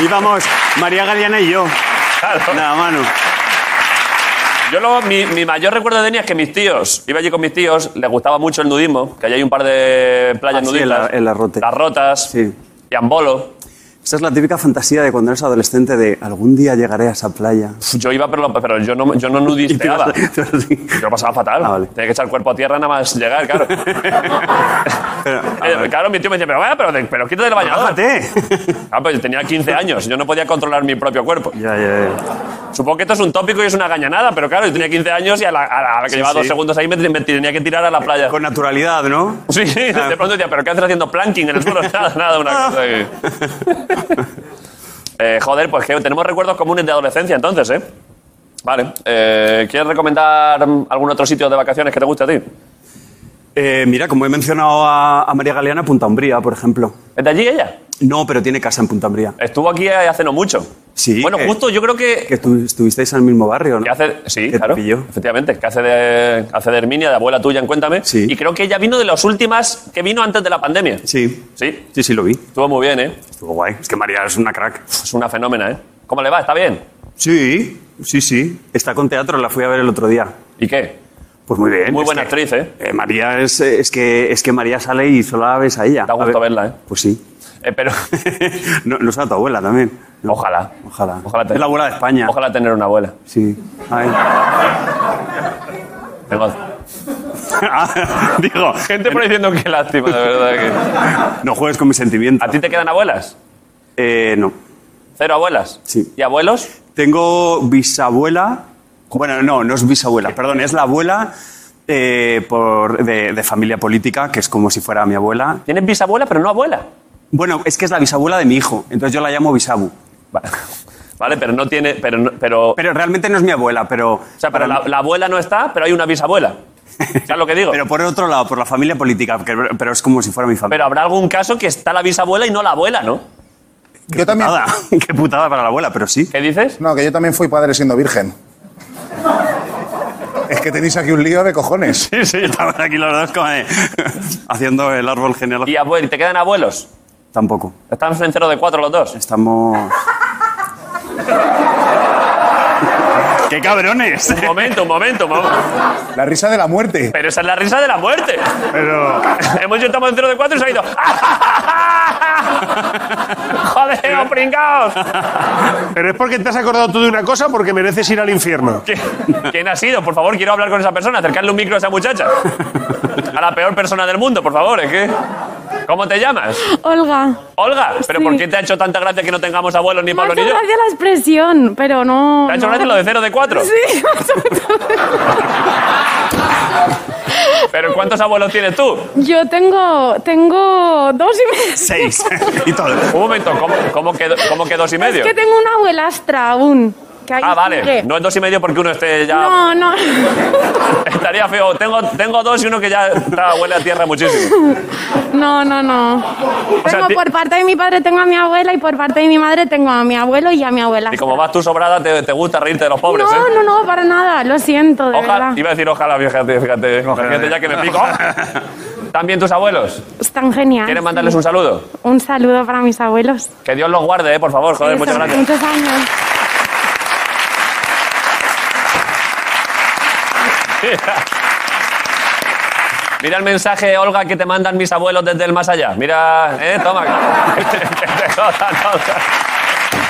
[SPEAKER 9] Íbamos, María Galeana y yo.
[SPEAKER 2] Claro.
[SPEAKER 9] Nada, mano.
[SPEAKER 2] Yo luego, mi, mi mayor recuerdo de Denia es que mis tíos, iba allí con mis tíos, les gustaba mucho el nudismo, que allí hay un par de playas
[SPEAKER 9] Ah, sí,
[SPEAKER 2] nudistas.
[SPEAKER 9] en la- en la Rote.
[SPEAKER 2] Las rotas.
[SPEAKER 9] Sí.
[SPEAKER 2] Y Ambolo.
[SPEAKER 9] Esa es la típica fantasía de cuando eres adolescente de algún día llegaré a esa playa.
[SPEAKER 2] Yo iba, pero, pero yo no, yo no
[SPEAKER 9] te
[SPEAKER 2] nudisteaba.
[SPEAKER 9] vas- te vas así.
[SPEAKER 2] Yo lo pasaba fatal.
[SPEAKER 9] Ah, vale.
[SPEAKER 2] Tenía que echar el cuerpo a tierra nada más llegar, claro.
[SPEAKER 9] Pero, a
[SPEAKER 2] Eh,
[SPEAKER 9] ver.
[SPEAKER 2] claro, mi tío me decía, pero vaya, pero, de- pero quítate el bañador.
[SPEAKER 9] ¡Bájate!
[SPEAKER 2] Ah, pues yo tenía 15 años, yo no podía controlar mi propio cuerpo.
[SPEAKER 9] ya, ya, ya.
[SPEAKER 2] Supongo que esto es un tópico y es una gañanada, pero claro, yo tenía 15 años y a la, a la- a la que llevaba dos
[SPEAKER 9] sí.
[SPEAKER 2] segundos ahí me, me tenía que tirar a la playa.
[SPEAKER 9] Con Ah. naturalidad, ¿no?
[SPEAKER 2] Sí, sí, de pronto decía, pero ¿qué haces haciendo planking en el suelo? Nada, nada, una cosa ahí. Eh, joder, pues que tenemos recuerdos comunes de adolescencia entonces, ¿eh? Vale. eh, ¿Quieres recomendar algún otro sitio de vacaciones que te guste a ti?
[SPEAKER 9] Eh, mira, como he mencionado a, a María Galeana, Punta Umbría, por ejemplo.
[SPEAKER 2] ¿Es de allí ella?
[SPEAKER 9] No, pero tiene casa en Punta Umbría.
[SPEAKER 2] Estuvo aquí hace no mucho.
[SPEAKER 9] Sí,
[SPEAKER 2] Bueno,
[SPEAKER 9] que-
[SPEAKER 2] justo yo creo que.
[SPEAKER 9] Que tú estuvisteis en el mismo barrio, ¿no?
[SPEAKER 2] que hace, sí,
[SPEAKER 9] que te
[SPEAKER 2] claro.
[SPEAKER 9] pilló.
[SPEAKER 2] Efectivamente, que hace de, hace de Herminia, de abuela tuya en Cuéntame.
[SPEAKER 9] Sí.
[SPEAKER 2] Y creo que ella vino de las últimas que vino antes de la pandemia.
[SPEAKER 9] Sí.
[SPEAKER 2] Sí,
[SPEAKER 9] Sí, sí, lo vi.
[SPEAKER 2] estuvo muy bien, ¿eh?
[SPEAKER 9] Estuvo guay. Es que María es una crack.
[SPEAKER 2] Es una fenómena, ¿eh? ¿Cómo le va? ¿Está bien?
[SPEAKER 9] Sí, sí, sí. Está con teatro, la fui a ver el otro día.
[SPEAKER 2] ¿Y qué?
[SPEAKER 9] Pues muy bien.
[SPEAKER 2] Muy
[SPEAKER 9] es
[SPEAKER 2] buena
[SPEAKER 9] que-
[SPEAKER 2] actriz, ¿eh?
[SPEAKER 9] Eh, María es, es, que, es que María sale y solo la ves a ella.
[SPEAKER 2] Da
[SPEAKER 9] A
[SPEAKER 2] gusto
[SPEAKER 9] ver-
[SPEAKER 2] verla, ¿eh?
[SPEAKER 9] Pues sí.
[SPEAKER 2] Eh, pero.
[SPEAKER 9] no, no será tu abuela también. ¿no?
[SPEAKER 2] Ojalá.
[SPEAKER 9] Ojalá.
[SPEAKER 2] Ojalá tener-
[SPEAKER 9] Es la abuela de España.
[SPEAKER 2] Ojalá tener una abuela.
[SPEAKER 9] Sí. Ay.
[SPEAKER 2] Tengo-
[SPEAKER 9] Ah, Digo,
[SPEAKER 2] Gente por ahí diciendo qué lástima, de verdad.
[SPEAKER 9] no juegues con mis
[SPEAKER 2] Que...
[SPEAKER 9] sentimientos.
[SPEAKER 2] ¿A ti te quedan abuelas?
[SPEAKER 9] Eh, no.
[SPEAKER 2] ¿Cero abuelas?
[SPEAKER 9] Sí.
[SPEAKER 2] ¿Y abuelos?
[SPEAKER 9] Tengo bisabuela. Bueno, no, no es bisabuela, perdón, es la abuela eh, por- de, de familia política, que es como si fuera mi abuela.
[SPEAKER 2] Tienes bisabuela, pero no abuela.
[SPEAKER 9] Bueno, es que es la bisabuela de mi hijo, entonces yo la llamo bisabu.
[SPEAKER 2] Vale, Vale, pero no tiene. Pero, no- pero,
[SPEAKER 9] Pero realmente no es mi abuela, pero.
[SPEAKER 2] o sea, pero la, la abuela no está, pero hay una bisabuela. ¿Sabes lo que digo?
[SPEAKER 9] Pero por otro lado, por la familia política, que- pero es como si fuera mi familia.
[SPEAKER 2] Pero habrá algún caso que está la bisabuela y no la abuela, ¿no?
[SPEAKER 3] Yo también.
[SPEAKER 9] Nada, qué putada para la abuela, pero sí.
[SPEAKER 2] ¿Qué dices?
[SPEAKER 3] No, que yo también fui padre siendo virgen. Es que tenéis aquí un lío de cojones.
[SPEAKER 9] Sí, sí, estaban aquí los dos como de- haciendo el árbol
[SPEAKER 2] ¿Y
[SPEAKER 9] genealógico.
[SPEAKER 2] abue- te quedan abuelos?
[SPEAKER 9] Tampoco.
[SPEAKER 2] Estamos en cero de cuatro los dos.
[SPEAKER 9] Estamos. ¡Qué cabrones!
[SPEAKER 2] Un momento, un momento. un mo-
[SPEAKER 3] La risa de la muerte.
[SPEAKER 2] Pero esa es la risa de la muerte.
[SPEAKER 9] Pero.
[SPEAKER 2] Hemos hecho estamos en 0 de 4 y se ha ido. ¡Joder, os pringaos!
[SPEAKER 4] Pero es porque te has acordado tú de una cosa porque mereces ir al infierno.
[SPEAKER 2] ¿Qui- ¿Quién ha sido? Por favor, quiero hablar con esa persona. Acercarle un micro a esa muchacha. A la peor persona del mundo, por favor. ¿eh? ¿Qué? ¿Cómo te llamas?
[SPEAKER 10] Olga,
[SPEAKER 2] Olga. ¿Pero
[SPEAKER 10] Sí.
[SPEAKER 2] por qué te ha hecho tanta gracia que no tengamos abuelos ni
[SPEAKER 10] me ha
[SPEAKER 2] Pablo
[SPEAKER 10] hecho
[SPEAKER 2] ni yo?
[SPEAKER 10] gracia la expresión, pero no...
[SPEAKER 2] ¿Te ha hecho
[SPEAKER 10] no-
[SPEAKER 2] gracia lo de 0 de 4?
[SPEAKER 10] Sí, me ha hecho-
[SPEAKER 2] ¿Pero cuántos abuelos tienes tú?
[SPEAKER 10] yo tengo, tengo dos y medio.
[SPEAKER 9] Seis. y todo.
[SPEAKER 2] Un momento, ¿cómo, cómo, que, do- cómo que dos y medio?
[SPEAKER 10] Es que tengo una abuelastra aún. que ahí
[SPEAKER 2] Ah, vale.
[SPEAKER 10] sigue.
[SPEAKER 2] No es dos y medio porque uno esté ya...
[SPEAKER 10] No, no.
[SPEAKER 2] Estaría feo. Tengo, tengo dos y uno que ya está, huele a tierra muchísimo.
[SPEAKER 10] No, no, no.
[SPEAKER 2] sea,
[SPEAKER 10] Tengo
[SPEAKER 2] ti-
[SPEAKER 10] por parte de mi padre tengo a mi abuela y por parte de mi madre tengo a mi abuelo y a mi abuela.
[SPEAKER 2] Y como vas tú sobrada, te, te gusta reírte de los pobres,
[SPEAKER 10] no,
[SPEAKER 2] ¿eh?
[SPEAKER 10] no, no, para nada. Lo siento, de
[SPEAKER 2] Ojalá,
[SPEAKER 10] verdad.
[SPEAKER 2] iba a decir ojalá, fíjate, fíjate, fíjate ya que me pico. También tus abuelos.
[SPEAKER 10] Están geniales.
[SPEAKER 2] ¿Quieren mandarles un saludo?
[SPEAKER 10] Un saludo para mis abuelos.
[SPEAKER 2] Que Dios los guarde, eh, por favor, joder,
[SPEAKER 10] Eso,
[SPEAKER 2] muchas gracias.
[SPEAKER 10] Muchos años.
[SPEAKER 2] Mira el mensaje, Olga, que te mandan mis abuelos desde el más allá. Mira, eh, toma. Que te- que te joda todo.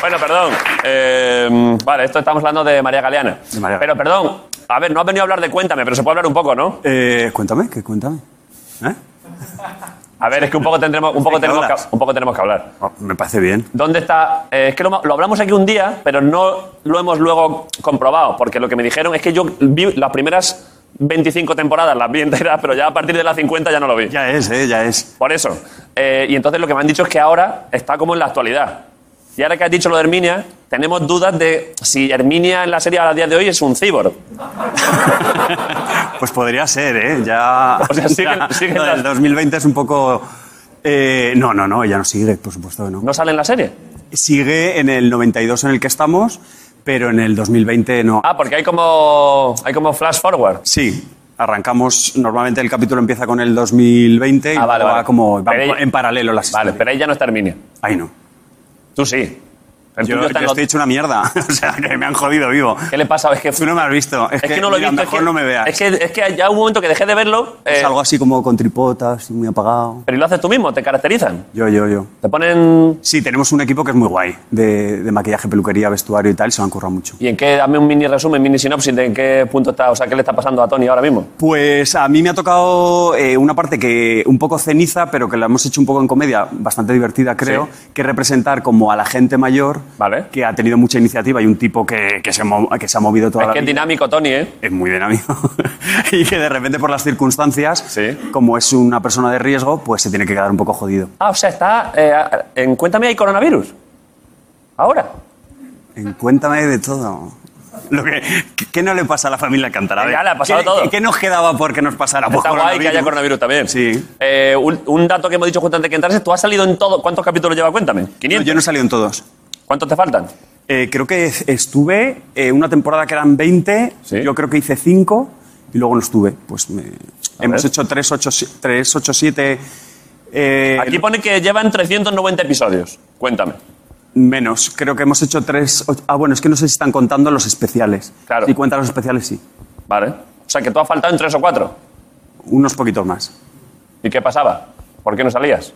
[SPEAKER 2] Bueno, perdón. Eh, vale, esto estamos hablando de María Galeana.
[SPEAKER 9] De María.
[SPEAKER 2] Pero perdón, a ver, no has venido a hablar de Cuéntame, pero se puede hablar un poco, ¿no?
[SPEAKER 9] Eh, cuéntame, ¿qué cuéntame? ¿Eh?
[SPEAKER 2] A ver, es que un poco tendremos, un poco
[SPEAKER 9] ¿De qué
[SPEAKER 2] tenemos que,
[SPEAKER 9] hablas?
[SPEAKER 2] un poco tenemos que hablar.
[SPEAKER 9] Oh, me parece bien.
[SPEAKER 2] ¿Dónde está? eh, es que lo, lo hablamos aquí un día, pero no lo hemos luego comprobado, porque lo que me dijeron es que yo vi las primeras 25 temporadas, las vi enteras, pero ya a partir de las 50 ya no lo vi.
[SPEAKER 9] Ya es, eh, ya es.
[SPEAKER 2] Por eso. Eh, y entonces lo que me han dicho es que ahora está como en la actualidad. Y ahora que has dicho lo de Herminia, tenemos dudas de si Herminia en la serie a día de hoy es un cíborg.
[SPEAKER 9] Pues podría ser, ¿eh? Ya.
[SPEAKER 2] O sea, siguen-
[SPEAKER 9] ya-
[SPEAKER 2] siguen
[SPEAKER 9] lo del
[SPEAKER 2] las-
[SPEAKER 9] 2020 es un poco. eh, no, no, no, ella no sigue, por supuesto que no.
[SPEAKER 2] No sale en la serie.
[SPEAKER 9] Sigue en el 92 en el que estamos, pero en el 2020 no.
[SPEAKER 2] Ah, porque hay como, hay como flash forward.
[SPEAKER 9] Sí, arrancamos. Normalmente el capítulo empieza con el 2020 y
[SPEAKER 2] Ah, vale,
[SPEAKER 9] va
[SPEAKER 2] vale.
[SPEAKER 9] como va
[SPEAKER 2] Pero-
[SPEAKER 9] en paralelo las
[SPEAKER 2] Vale,
[SPEAKER 9] historias.
[SPEAKER 2] pero ahí ya no está Herminia.
[SPEAKER 9] Ahí no.
[SPEAKER 2] Tú sí. El
[SPEAKER 9] Yo,
[SPEAKER 2] tuyo está en
[SPEAKER 9] yo
[SPEAKER 2] lo-
[SPEAKER 9] estoy hecho una mierda. o sea, que me han jodido vivo.
[SPEAKER 2] ¿Qué le pasa? Es que
[SPEAKER 9] Tú no me has visto. Es,
[SPEAKER 2] Es que, no lo he
[SPEAKER 9] mira,
[SPEAKER 2] visto. es
[SPEAKER 9] Mejor
[SPEAKER 2] que-
[SPEAKER 9] no me veas.
[SPEAKER 2] Es que, es que ya hubo un momento que dejé de verlo. eh,
[SPEAKER 9] Es algo así como con tripotas, muy apagado.
[SPEAKER 2] Pero lo haces tú mismo, te caracterizan.
[SPEAKER 9] Yo, yo, yo.
[SPEAKER 2] Te ponen.
[SPEAKER 9] Sí, tenemos un equipo que es muy guay, de, de maquillaje, peluquería, vestuario y tal, y se lo han currado mucho.
[SPEAKER 2] ¿Y en qué? Dame un mini resumen, mini sinopsis de en qué punto está. O sea, ¿qué le está pasando a Tony ahora mismo?
[SPEAKER 9] Pues a mí me ha tocado eh, una parte que un poco ceniza, pero que la hemos hecho un poco en comedia, bastante divertida creo,
[SPEAKER 2] Sí.
[SPEAKER 9] que es representar como a la gente mayor
[SPEAKER 2] Vale.
[SPEAKER 9] que ha tenido mucha iniciativa y un tipo que, que se, mo- que se ha movido toda
[SPEAKER 2] es
[SPEAKER 9] la
[SPEAKER 2] que es
[SPEAKER 9] vida.
[SPEAKER 2] dinámico, Tony, ¿eh?
[SPEAKER 9] es muy dinámico y que de repente por las circunstancias,
[SPEAKER 2] Sí.
[SPEAKER 9] como es una persona de riesgo, pues se tiene que quedar un poco jodido.
[SPEAKER 2] Ah, o sea, está. eh, en Cuéntame, hay coronavirus. Ahora.
[SPEAKER 9] Ah, En Cuéntame de todo. Lo que, ¿Qué no le pasa a la familia Alcántara? A ver,
[SPEAKER 2] Ya le ha pasado
[SPEAKER 9] ¿qué-
[SPEAKER 2] todo.
[SPEAKER 9] ¿Qué nos quedaba porque nos pasara por
[SPEAKER 2] Está guay que haya coronavirus también.
[SPEAKER 9] pues Sí.
[SPEAKER 2] Eh, un, un dato que hemos dicho justo antes que entrases, tú has salido en todo. ¿Cuántos capítulos lleva? Cuéntame.
[SPEAKER 9] No,
[SPEAKER 2] 500.
[SPEAKER 9] yo no he salido en todos.
[SPEAKER 2] ¿Cuántos te faltan?
[SPEAKER 9] Eh, creo que estuve eh, una temporada que eran 20,
[SPEAKER 2] Sí.
[SPEAKER 9] este, yo creo que hice 5 y luego no estuve. Pues me- hemos
[SPEAKER 2] ver.
[SPEAKER 9] hecho 3, 8, 3, 8 7. eh,
[SPEAKER 2] Aquí pone que llevan 390 episodios. Cuéntame.
[SPEAKER 9] menos, creo que hemos hecho 3. Ah, bueno, es que no sé si están contando los especiales.
[SPEAKER 2] Claro.
[SPEAKER 9] Si cuentan los especiales, sí.
[SPEAKER 2] Vale. O sea, que tú has faltado en tres o cuatro.
[SPEAKER 9] Unos poquitos más.
[SPEAKER 2] ¿Y qué pasaba? ¿Por qué no salías?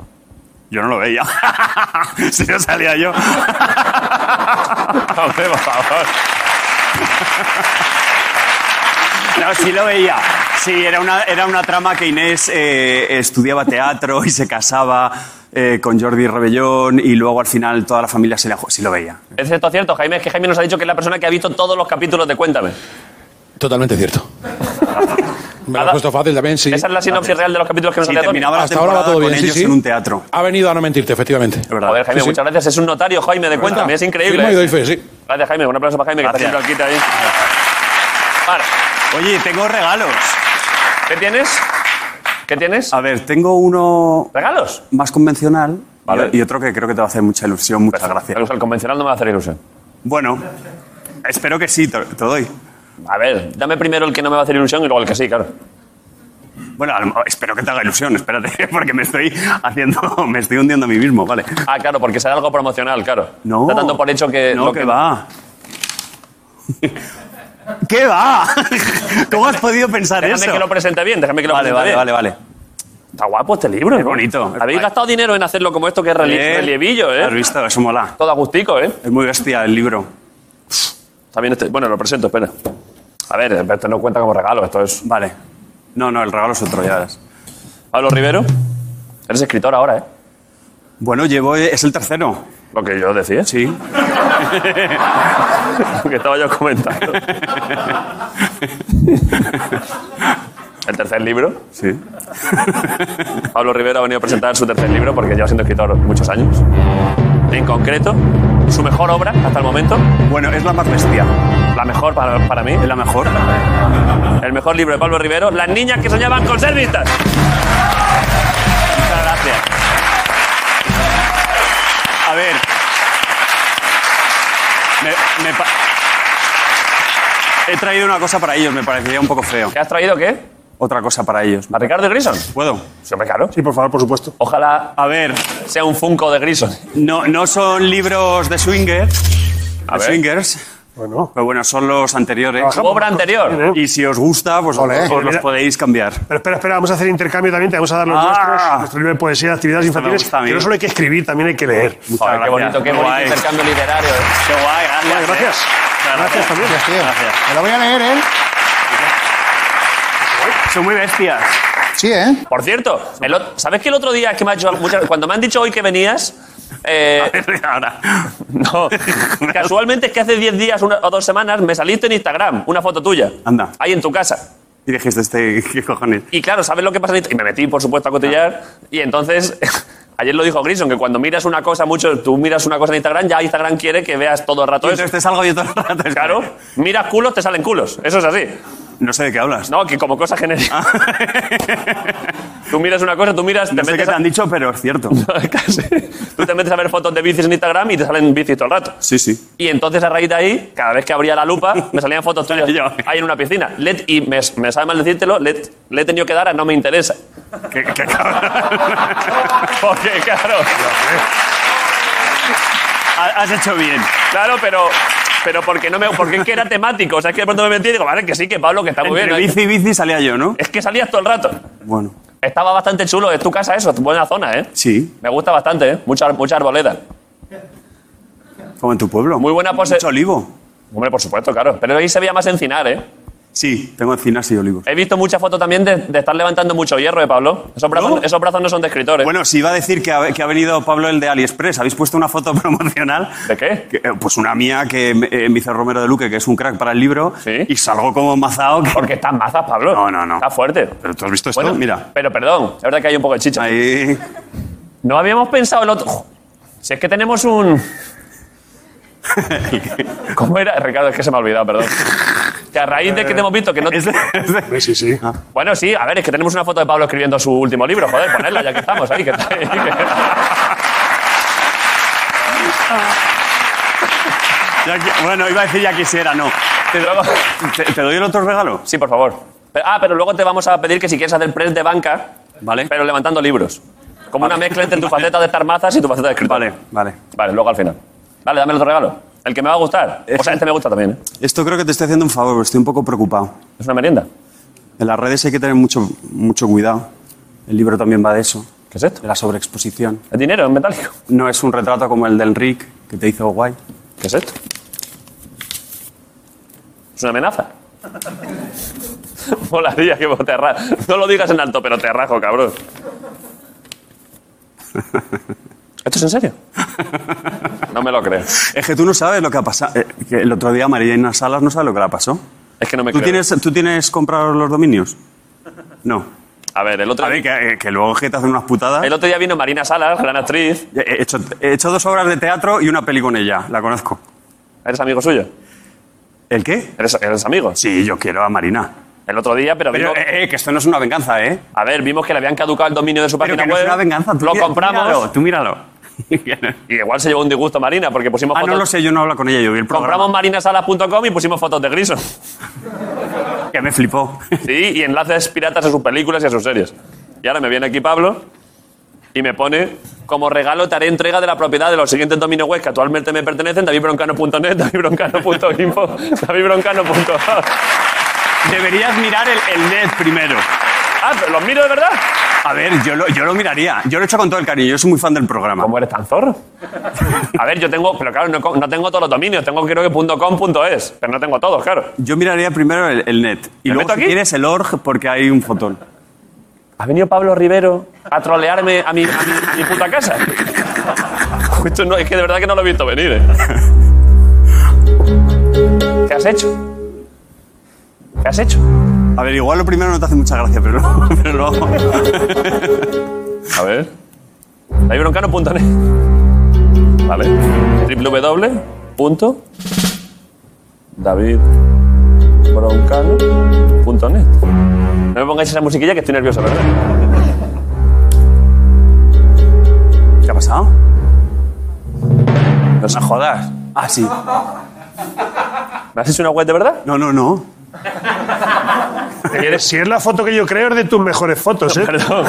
[SPEAKER 9] Yo no lo veía. si no salía yo.
[SPEAKER 2] Hombre, por favor.
[SPEAKER 9] No, sí lo veía. Sí, era una, era una trama que Inés eh, estudiaba teatro y se casaba eh, con Jordi Rebellón y luego al final toda la familia se la... jo- Sí lo veía.
[SPEAKER 2] ¿Es esto cierto, Jaime? Es que Jaime nos ha dicho que es la persona que ha visto todos los capítulos de Cuéntame.
[SPEAKER 5] Totalmente cierto. Me lo
[SPEAKER 2] Nada.
[SPEAKER 5] has puesto fácil también, sí.
[SPEAKER 2] Esa es la sinopsis real de los capítulos que nos
[SPEAKER 9] Sí,
[SPEAKER 2] ha dado.
[SPEAKER 9] terminaba la
[SPEAKER 5] Hasta ahora va
[SPEAKER 9] temporada
[SPEAKER 5] todo
[SPEAKER 9] con
[SPEAKER 5] bien, sí,
[SPEAKER 9] ellos
[SPEAKER 5] sí.
[SPEAKER 9] en un teatro.
[SPEAKER 5] Ha venido a no mentirte, efectivamente.
[SPEAKER 9] verdad.
[SPEAKER 2] Joder, Jaime,
[SPEAKER 5] Sí, sí.
[SPEAKER 2] muchas gracias. Es un notario, Jaime, de Cuéntame. Es increíble. eh.
[SPEAKER 5] Firmo y doy fe, sí.
[SPEAKER 2] Gracias, Jaime. Un aplauso para Jaime, que está
[SPEAKER 9] Gracias.
[SPEAKER 2] siempre aquí. Ahí. Vale.
[SPEAKER 9] Oye, tengo regalos.
[SPEAKER 2] ¿Qué tienes? ¿Qué tienes?
[SPEAKER 9] A ver, tengo uno
[SPEAKER 2] ¿Regalos?
[SPEAKER 9] más convencional
[SPEAKER 2] Vale.
[SPEAKER 9] y otro que creo que te va a hacer mucha ilusión. Muchas gracias.
[SPEAKER 2] El convencional no me va a hacer ilusión.
[SPEAKER 9] Bueno, espero que sí, te, te doy.
[SPEAKER 2] A ver, dame primero el que no me va a hacer ilusión y luego el que sí, claro.
[SPEAKER 4] Bueno, a lo- espero que te haga ilusión, espérate, porque me estoy haciendo, me estoy hundiendo a mí mismo, vale.
[SPEAKER 2] Ah, claro, porque será algo promocional, claro.
[SPEAKER 4] No.
[SPEAKER 2] Está tanto por hecho que.
[SPEAKER 4] No,
[SPEAKER 2] lo
[SPEAKER 4] que, va. ¿Qué va? ¿Cómo has podido pensar
[SPEAKER 2] Déjame
[SPEAKER 4] eso?
[SPEAKER 2] que lo presente bien, déjame que lo
[SPEAKER 4] Vale,
[SPEAKER 2] presente
[SPEAKER 4] vale,
[SPEAKER 2] bien.
[SPEAKER 4] vale, vale.
[SPEAKER 2] Está guapo este libro.
[SPEAKER 4] Es
[SPEAKER 2] ¿no?
[SPEAKER 4] bonito.
[SPEAKER 2] Habéis gastado dinero en hacerlo como esto, que es relie-
[SPEAKER 4] Eh,
[SPEAKER 2] relievillo,
[SPEAKER 4] Has
[SPEAKER 2] ¿eh?
[SPEAKER 4] visto, eso mola.
[SPEAKER 2] Todo a gustico, ¿eh?
[SPEAKER 4] Es muy bestia el libro.
[SPEAKER 2] También este. Bueno, lo presento, espera. A ver, esto no cuenta como regalo, esto es.
[SPEAKER 4] Vale. No, no, el regalo es otro, ya verás.
[SPEAKER 2] Pablo Rivero, eres escritor ahora, ¿eh?
[SPEAKER 4] Bueno, llevo, es el tercero.
[SPEAKER 2] Lo que yo decía, sí.
[SPEAKER 4] Sí.
[SPEAKER 2] Lo que estaba yo comentando. El tercer libro.
[SPEAKER 4] Sí.
[SPEAKER 2] Pablo Rivero ha venido a presentar su tercer libro porque lleva siendo escritor muchos años. En concreto, su mejor obra hasta el momento,
[SPEAKER 4] Bueno, es la más bestia.
[SPEAKER 2] la mejor para, para mí,
[SPEAKER 4] Es la mejor.
[SPEAKER 2] el mejor libro de Pablo Rivero, Las niñas que soñaban con ser vistas. Muchas gracias.
[SPEAKER 4] A ver. Me- me pa- He traído una cosa para ellos, me parecería un poco feo.
[SPEAKER 2] ¿Qué has traído qué?
[SPEAKER 4] Otra cosa para ellos.
[SPEAKER 2] ¿A Ricardo Grison?
[SPEAKER 4] ¿Puedo?
[SPEAKER 2] Sí, hombre, claro.
[SPEAKER 9] Sí, por favor, por supuesto.
[SPEAKER 2] Ojalá
[SPEAKER 4] A ver,
[SPEAKER 2] sea un Funko de Grison.
[SPEAKER 4] no, no son libros de swingers.
[SPEAKER 2] A
[SPEAKER 4] de
[SPEAKER 2] ver.
[SPEAKER 4] swingers.
[SPEAKER 9] Bueno.
[SPEAKER 4] Pero bueno, son los anteriores.
[SPEAKER 2] Su obra anterior.
[SPEAKER 4] Y si os gusta, pues
[SPEAKER 11] Ole.
[SPEAKER 4] os los podéis cambiar.
[SPEAKER 9] Pero espera, espera, vamos a hacer intercambio también. Te vamos a dar los
[SPEAKER 4] Ah.
[SPEAKER 9] nuestros, nuestro libro de poesía, actividades
[SPEAKER 4] Esto me
[SPEAKER 9] infantiles.
[SPEAKER 4] gusta a mí.
[SPEAKER 9] Que no solo hay que escribir, también hay que leer.
[SPEAKER 2] Joder, qué bonito, qué bonito
[SPEAKER 4] guay.
[SPEAKER 2] intercambio literario. ¿eh?
[SPEAKER 4] Qué guay, gracias.
[SPEAKER 9] Vale, gracias.
[SPEAKER 4] Gracias.
[SPEAKER 9] Gracias también.
[SPEAKER 11] Gracias, tío.
[SPEAKER 4] Gracias.
[SPEAKER 11] Me lo voy a leer, ¿eh?
[SPEAKER 4] eh. Son muy bestias.
[SPEAKER 11] Sí, ¿eh?
[SPEAKER 2] Por cierto, el ot- ¿sabes que el otro día es que me ha hecho mucha- Cuando me han dicho hoy que venías. eh,
[SPEAKER 4] Ahora.
[SPEAKER 2] no, casualmente es que hace 10 días una- o dos semanas me saliste en Instagram una foto tuya.
[SPEAKER 4] Anda.
[SPEAKER 2] Ahí en tu casa.
[SPEAKER 4] Y dijiste, este, ¿qué cojones?
[SPEAKER 2] Y claro, ¿sabes lo que pasa? en Insta- Y me metí, por supuesto, a cotillar. Y entonces, ayer lo dijo Grison, que cuando miras una cosa mucho, tú miras una cosa en Instagram, ya Instagram quiere que veas todo el rato eso.
[SPEAKER 4] Entonces te salgo yo todo el rato.
[SPEAKER 2] Claro, miras culos, te salen culos. Eso es así.
[SPEAKER 4] No sé de qué hablas. Ah.
[SPEAKER 2] No, que como cosa genérica. Tú miras una cosa, tú miras, te
[SPEAKER 4] No sé qué
[SPEAKER 2] metes
[SPEAKER 4] te
[SPEAKER 2] a...
[SPEAKER 4] han dicho, pero es cierto.
[SPEAKER 2] Casi. Tú te metes a ver fotos de bicis en Instagram y te salen bicis todo el rato.
[SPEAKER 4] Sí, sí.
[SPEAKER 2] Y entonces a raíz de ahí, cada vez que abría la lupa, me salían fotos tuyas
[SPEAKER 4] Yo.
[SPEAKER 2] ahí en una piscina. Let- y me, me sabe mal decírtelo, let- le he tenido que dar a no me interesa.
[SPEAKER 4] Qué, qué cabrón.
[SPEAKER 2] Porque claro,
[SPEAKER 4] Has hecho bien.
[SPEAKER 2] claro, pero, pero porque no me, porque es que era temático. O sea, es que de pronto me metí y digo, vale, que sí, que Pablo, que está muy
[SPEAKER 4] Entre
[SPEAKER 2] bien.
[SPEAKER 4] bici y bici salía yo, ¿no?
[SPEAKER 2] Es que salías todo el rato.
[SPEAKER 4] Bueno,
[SPEAKER 2] Estaba bastante chulo, es tu casa eso, es buena zona, ¿eh?
[SPEAKER 4] sí.
[SPEAKER 2] Me gusta bastante, ¿eh? Mucha, mucha arboleda.
[SPEAKER 4] Como en tu pueblo.
[SPEAKER 2] Muy buena pose.
[SPEAKER 4] Mucho olivo.
[SPEAKER 2] Hombre, por supuesto, claro. Pero ahí se veía más encinar, ¿eh?
[SPEAKER 4] Sí, tengo encinas y olivos.
[SPEAKER 2] He visto muchas fotos también de, de estar levantando mucho hierro, ¿eh, Pablo? Esos brazos
[SPEAKER 4] ¿No?
[SPEAKER 2] no, esos brazos no son de escritores.
[SPEAKER 4] Bueno, si iba a decir que ha, que ha venido Pablo el de AliExpress. Habéis puesto una foto promocional.
[SPEAKER 2] ¿De qué?
[SPEAKER 4] Que, eh, pues una mía que me- eh, me hizo Romero de Luque, que es un crack para el libro.
[SPEAKER 2] Sí.
[SPEAKER 4] Y salgo como mazao. que-
[SPEAKER 2] Porque estás mazas, Pablo.
[SPEAKER 4] No, no, no.
[SPEAKER 2] Está fuerte.
[SPEAKER 4] ¿Pero tú has visto esto? Mira.
[SPEAKER 2] Pero perdón, es verdad que hay un poco de chicha.
[SPEAKER 4] Ahí.
[SPEAKER 2] No habíamos pensado el otro. Jo, Si es que tenemos un. ¿Cómo era? Ricardo, es que se me ha olvidado, perdón. Que a raíz de que te hemos visto que no.
[SPEAKER 4] Es- es-
[SPEAKER 9] Sí, sí, sí.
[SPEAKER 4] Ah.
[SPEAKER 2] Bueno, sí, a ver, es que tenemos una foto de Pablo escribiendo su último libro. Joder, ponerla ya que estamos ahí. que-
[SPEAKER 4] ya qui- bueno, iba a decir ya quisiera, no.
[SPEAKER 2] Te drogo-
[SPEAKER 4] ¿Te, te doy el otro regalo?
[SPEAKER 2] Sí, por favor. Pero- ah, pero luego te vamos a pedir que si quieres hacer press de banca,
[SPEAKER 4] Vale.
[SPEAKER 2] pero levantando libros. Como una mezcla entre tu faceta de estar mazas y tu faceta de escritor.
[SPEAKER 4] Vale, vale.
[SPEAKER 2] Vale, luego al final. Vale, dame el otro regalo. El que me va a gustar. O sea, este me gusta también. ¿eh?
[SPEAKER 4] Esto creo que te estoy haciendo un favor, estoy un poco preocupado.
[SPEAKER 2] Es una merienda.
[SPEAKER 4] En las redes hay que tener mucho, mucho cuidado. El libro también va de eso,
[SPEAKER 2] ¿Qué es esto?
[SPEAKER 4] de la sobreexposición.
[SPEAKER 2] ¿Es dinero? ¿Es metálico?
[SPEAKER 4] No es un retrato como el de Enric, que te hizo guay.
[SPEAKER 2] ¿Qué es esto? Es una amenaza. Molaría que vos te arra- No lo digas en alto, pero te rajo, cabrón. ¿Esto es en serio? No me lo creo.
[SPEAKER 4] Es que tú no sabes lo que ha pasado. Eh, que el otro día María Salas no sabe lo que le pasó.
[SPEAKER 2] Es que no me
[SPEAKER 4] ¿Tú
[SPEAKER 2] creo.
[SPEAKER 4] tienes, ¿Tú tienes comprados los dominios? No.
[SPEAKER 2] A ver, el otro,
[SPEAKER 4] A ver, que, eh, que luego que te hacen unas putadas.
[SPEAKER 2] el otro día vino Marina Salas, gran actriz.
[SPEAKER 4] eh, He hecho, he hecho dos obras de teatro y una peli con ella, Ah, la conozco.
[SPEAKER 2] ¿Eres amigo suyo?
[SPEAKER 4] ¿El qué?
[SPEAKER 2] ¿Eres, eres amigo?
[SPEAKER 4] Sí, yo quiero a Marina.
[SPEAKER 2] El otro día, pero,
[SPEAKER 4] Pero,
[SPEAKER 2] vimos,
[SPEAKER 4] eh, eh, que esto no es una venganza, ¿eh?
[SPEAKER 2] a ver, vimos que le habían caducado el dominio de su
[SPEAKER 4] Pero
[SPEAKER 2] página
[SPEAKER 4] que no
[SPEAKER 2] web.
[SPEAKER 4] es una venganza. Tú
[SPEAKER 2] lo
[SPEAKER 4] mí-
[SPEAKER 2] compramos
[SPEAKER 4] Míralo, tú míralo.
[SPEAKER 2] y igual se llevó un disgusto Marina porque pusimos
[SPEAKER 4] ah,
[SPEAKER 2] fotos.
[SPEAKER 4] no lo sé, yo no hablo con ella, yo vi el programa.
[SPEAKER 2] Compramos marinasalas.com y pusimos fotos de Grison. Que me flipó. Sí, y enlaces piratas a sus películas y a sus series. Y ahora me viene aquí Pablo y me pone como regalo te haré entrega de la propiedad de los siguientes dominios web que actualmente me pertenecen, davidbroncano.net, davidbroncano.info, davidbroncano.org.
[SPEAKER 9] Deberías mirar el, el net primero.
[SPEAKER 2] Ah, pero los miro de verdad.
[SPEAKER 9] A ver, yo lo, yo lo miraría. Yo lo he hecho con todo el cariño. Yo soy muy fan del programa.
[SPEAKER 2] ¿Cómo eres tan zorro? A ver, yo tengo, pero claro, no, co- no tengo todos los dominios. Tengo creo que .com.es, pero no tengo todos, claro.
[SPEAKER 9] Yo miraría primero el, el net. Y
[SPEAKER 2] ¿Me
[SPEAKER 9] luego,
[SPEAKER 2] meto
[SPEAKER 9] si
[SPEAKER 2] aquí?
[SPEAKER 9] quieres, el org, porque hay un fotón.
[SPEAKER 4] Eh,
[SPEAKER 2] Ha venido Pablo Rivero a trolearme a mi, a mi- a mi puta casa. Esto no- es que de verdad que no lo he visto venir. eh. ¿Qué has hecho? ¿Qué has hecho?
[SPEAKER 9] A ver, igual lo primero no te hace mucha gracia, pero luego. Pero luego...
[SPEAKER 2] A ver. Davidbroncano.net. Vale. www.davidbroncano.net. No me pongáis esa musiquilla que estoy nervioso, la ¿verdad?
[SPEAKER 9] ¿Qué ha pasado?
[SPEAKER 2] No se jodas.
[SPEAKER 9] Ah, sí.
[SPEAKER 2] ¿Me has hecho una web de verdad?
[SPEAKER 9] No, no, no.
[SPEAKER 4] Si es la foto que yo creo, es de tus mejores fotos, ¿eh?
[SPEAKER 2] Perdón.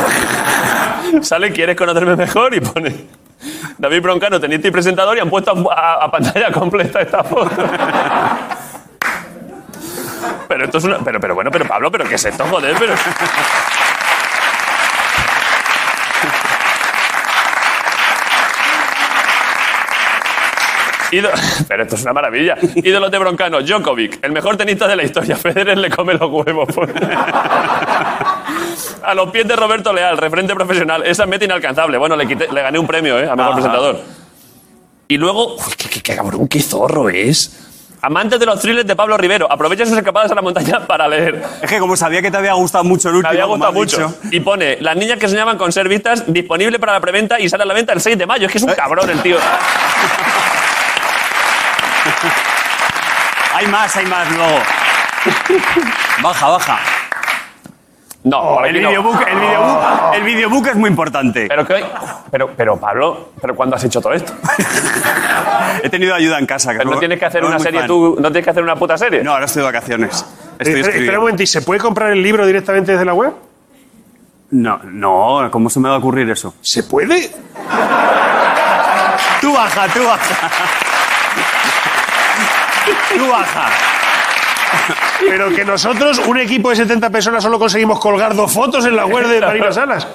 [SPEAKER 2] Sale, ¿quieres conocerme mejor? Y pone. David Broncano, teniste y presentador, y han puesto a, a- a pantalla completa esta foto. Pero esto es una. Pero, pero bueno, pero Pablo, ¿pero qué es esto, joder? Pero. Ído- Pero esto es una maravilla. Ídolos de Broncano, Djokovic, el mejor tenista de la historia. Federer le come los huevos. pone. A los pies de Roberto Leal, referente profesional. Esa meta inalcanzable. Bueno, le, quité- le gané un premio, ¿eh? A mejor presentador. Y luego. Uy, qué, qué- qué cabrón, qué zorro es. Amantes de los thrillers de Pablo Rivero. Aprovecha sus escapadas a la montaña para leer.
[SPEAKER 9] Es que como sabía que te había gustado mucho el
[SPEAKER 2] Me
[SPEAKER 9] último.
[SPEAKER 2] había
[SPEAKER 9] como
[SPEAKER 2] gustado
[SPEAKER 9] has dicho,
[SPEAKER 2] mucho. Y pone, las niñas que soñaban con ser vistas, disponible para la preventa y sale a la venta el 6 de mayo. Es que
[SPEAKER 9] Eh.
[SPEAKER 2] es un cabrón el tío.
[SPEAKER 9] Hay más, hay más luego. Baja, baja.
[SPEAKER 2] No, por
[SPEAKER 9] Oh, El
[SPEAKER 2] aquí no.
[SPEAKER 9] videobook, eh. el videobook, el videobook es muy importante.
[SPEAKER 2] Pero, que, pero, pero Pablo, ¿pero cuándo has hecho todo esto?
[SPEAKER 4] Eh.
[SPEAKER 9] He tenido ayuda en casa.
[SPEAKER 2] Pero no tienes que hacer
[SPEAKER 9] no es
[SPEAKER 2] una
[SPEAKER 9] muy
[SPEAKER 2] serie
[SPEAKER 9] fan.
[SPEAKER 2] tú, no tienes que hacer una puta serie.
[SPEAKER 9] No, ahora estoy de vacaciones.
[SPEAKER 4] Espera, Eh,
[SPEAKER 9] Estoy
[SPEAKER 4] espera un
[SPEAKER 9] escribiendo.
[SPEAKER 4] momento, ¿y se puede comprar el libro directamente desde la web?
[SPEAKER 9] No, no, ¿cómo se me va a ocurrir eso?
[SPEAKER 4] ¿Se puede?
[SPEAKER 9] Tú baja, tú baja. Tú baja.
[SPEAKER 4] Pero que nosotros, un equipo de 70 personas, solo conseguimos colgar dos fotos en la web de Marina Salas.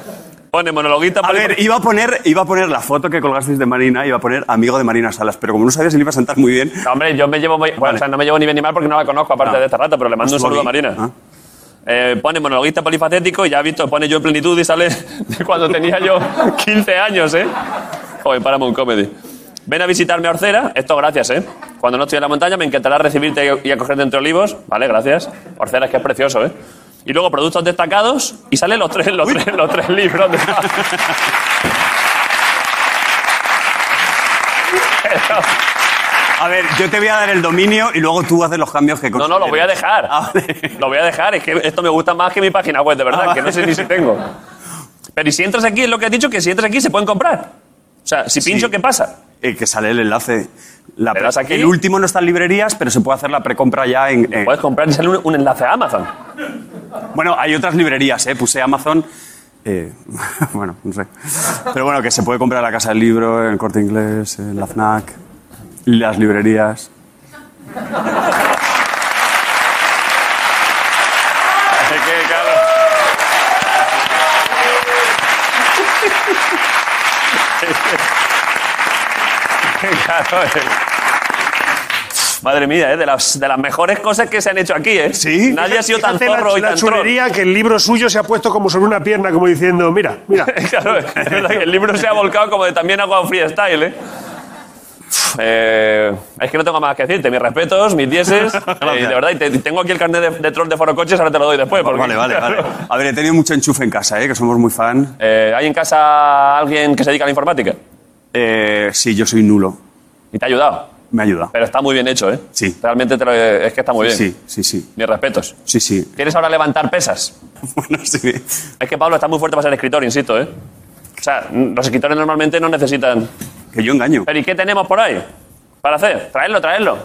[SPEAKER 2] Pone monologuita
[SPEAKER 9] A ver, iba a poner, iba a poner la foto que colgasteis de Marina, iba a poner amigo de Marina Salas, pero como no sabía si le iba a sentar muy bien.
[SPEAKER 2] No, hombre, yo me llevo. muy- bueno,
[SPEAKER 9] Vale.
[SPEAKER 2] o sea, no me llevo ni bien ni mal porque no la conozco, aparte
[SPEAKER 9] Ah.
[SPEAKER 2] de esta rata, pero le mando un
[SPEAKER 9] Estuvo
[SPEAKER 2] saludo a
[SPEAKER 9] aquí.
[SPEAKER 2] Marina.
[SPEAKER 9] Ah.
[SPEAKER 2] Eh, pone monologuista polifacético y ya ha visto, pone yo en plenitud y sale de cuando tenía yo 15 años, ¿eh? Joder, Paramount Comedy. Ven a visitarme a Orcera, esto gracias, ¿eh? Cuando no estoy en la montaña me encantará recibirte y acogerte entre olivos, ¿vale? Gracias. Orcera es que es precioso, ¿eh? Y luego productos destacados y salen los tres, los tres, los tres libros de
[SPEAKER 9] A ver, yo te voy a dar el dominio y luego tú haces los cambios que
[SPEAKER 2] No, no, lo voy a
[SPEAKER 9] consideres.
[SPEAKER 2] dejar.
[SPEAKER 9] Ah, vale.
[SPEAKER 2] Lo voy a dejar. Es que esto me gusta más que mi página web, de verdad,
[SPEAKER 9] Ah,
[SPEAKER 2] que no sé
[SPEAKER 9] vale.
[SPEAKER 2] ni si tengo. Pero ¿y si entras aquí, es lo que has dicho, que si entras aquí se pueden comprar. O sea, si pincho,
[SPEAKER 9] Sí.
[SPEAKER 2] ¿qué pasa?
[SPEAKER 9] Eh, que sale el enlace. La
[SPEAKER 2] ¿Le das aquí?
[SPEAKER 9] El último no está en librerías, pero se puede hacer la precompra ya en. en-
[SPEAKER 2] Puedes comprar y sale un, un enlace a Amazon.
[SPEAKER 9] Bueno, hay otras librerías, ¿eh? Puse Amazon. eh, bueno, no sé. Pero bueno, que se puede comprar en la Casa del Libro, en el Corte Inglés, en la FNAC, las librerías.
[SPEAKER 2] Es que, claro. Claro, es- Madre mía, ¿eh? de, las, de las mejores cosas que se han hecho aquí, ¿eh?
[SPEAKER 4] Sí.
[SPEAKER 2] Nadie ha sido tan
[SPEAKER 4] Fíjate la-
[SPEAKER 2] zorro y
[SPEAKER 4] la
[SPEAKER 2] tan troll.
[SPEAKER 4] chulería que el libro suyo se ha puesto como sobre una pierna, como diciendo, mira, mira.
[SPEAKER 2] Claro, es verdad que el libro se ha volcado como de también hago un freestyle, ¿eh? Eh, es que no tengo más que decirte. Mis respetos, mis dieces. eh, y de verdad, y te- tengo aquí el carnet de, de troll de Foro Coches, ahora te lo doy después. porque-
[SPEAKER 9] Vale, vale, vale. A ver, he tenido mucho enchufe en casa, ¿eh? Que somos muy fan.
[SPEAKER 2] Eh, ¿Hay en casa alguien que se dedica a la informática?
[SPEAKER 9] Eh, sí, yo soy nulo.
[SPEAKER 2] Y te ha ayudado.
[SPEAKER 9] Me ayuda.
[SPEAKER 2] Pero está muy bien hecho, ¿eh?
[SPEAKER 9] Sí.
[SPEAKER 2] Realmente te lo- es que está
[SPEAKER 4] Eh.
[SPEAKER 2] muy bien.
[SPEAKER 9] Sí, sí, sí.
[SPEAKER 2] Mis respetos.
[SPEAKER 9] Sí, sí.
[SPEAKER 2] ¿Quieres ahora levantar pesas?
[SPEAKER 9] Bueno, sí.
[SPEAKER 2] Es que Pablo está muy fuerte para ser escritor, insisto, ¿eh? O sea, n- los escritores normalmente no necesitan
[SPEAKER 9] Que yo engaño.
[SPEAKER 2] Pero ¿y qué tenemos por ahí? Para hacer, traerlo, traerlo.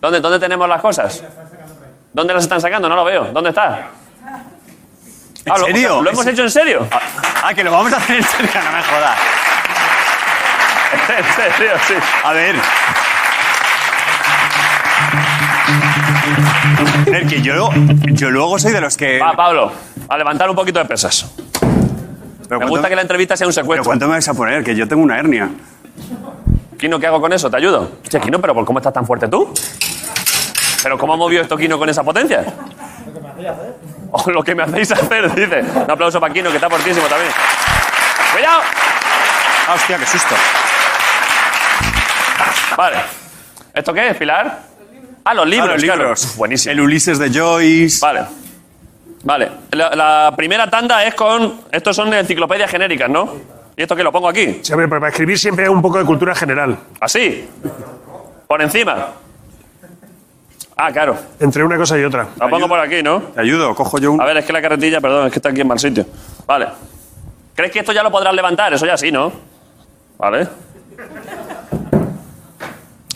[SPEAKER 2] ¿Dónde, dónde tenemos las cosas? ¿Dónde las están sacando? No lo veo. ¿Dónde está? Ah,
[SPEAKER 9] ¿En
[SPEAKER 2] lo-
[SPEAKER 9] serio?
[SPEAKER 2] ¿Lo hemos
[SPEAKER 9] ¿En-
[SPEAKER 2] hecho en serio?
[SPEAKER 9] Ah, que lo vamos a hacer en serio, no me jodas.
[SPEAKER 2] En serio, sí.
[SPEAKER 9] A ver. A ver, que yo, yo luego soy de los que.
[SPEAKER 2] Va, Pablo, a levantar un poquito de pesas.
[SPEAKER 9] Pero
[SPEAKER 2] Me
[SPEAKER 9] cuánto-
[SPEAKER 2] gusta que la entrevista sea un
[SPEAKER 9] pero
[SPEAKER 2] secuestro.
[SPEAKER 9] ¿cuánto me vais a poner? Que yo tengo una hernia.
[SPEAKER 2] Kino, ¿qué hago con eso? ¿Te ayudo? Che, Kino, pero ¿por cómo estás tan fuerte tú? ¿Pero cómo movió esto Kino con esa potencia? O lo que me hacéis hacer, dice. Un aplauso para Kino, que está fortísimo también. ¡Cuidado!
[SPEAKER 9] Ah, hostia, qué susto.
[SPEAKER 2] Vale. ¿Esto qué es, Pilar? Ah, los libros,
[SPEAKER 9] Ah, los
[SPEAKER 2] claro.
[SPEAKER 9] libros.
[SPEAKER 2] Uf, Buenísimo.
[SPEAKER 9] El Ulises de Joyce.
[SPEAKER 2] Vale. Vale. La, la primera tanda es con... Estos son de enciclopedias genéricas, ¿no? ¿Y esto qué? ¿Lo pongo aquí?
[SPEAKER 4] Sí, hombre, pero para escribir siempre hay un poco de cultura general.
[SPEAKER 2] ¿Así? ¿Por encima? Ah, claro.
[SPEAKER 4] Entre una cosa y otra.
[SPEAKER 2] Lo pongo por aquí, ¿no?
[SPEAKER 9] Te ayudo, cojo yo un.
[SPEAKER 2] A ver, es que la carretilla, perdón, es que está aquí en mal sitio. Vale. ¿Crees que esto ya lo podrás levantar? Eso ya sí, ¿no? Vale.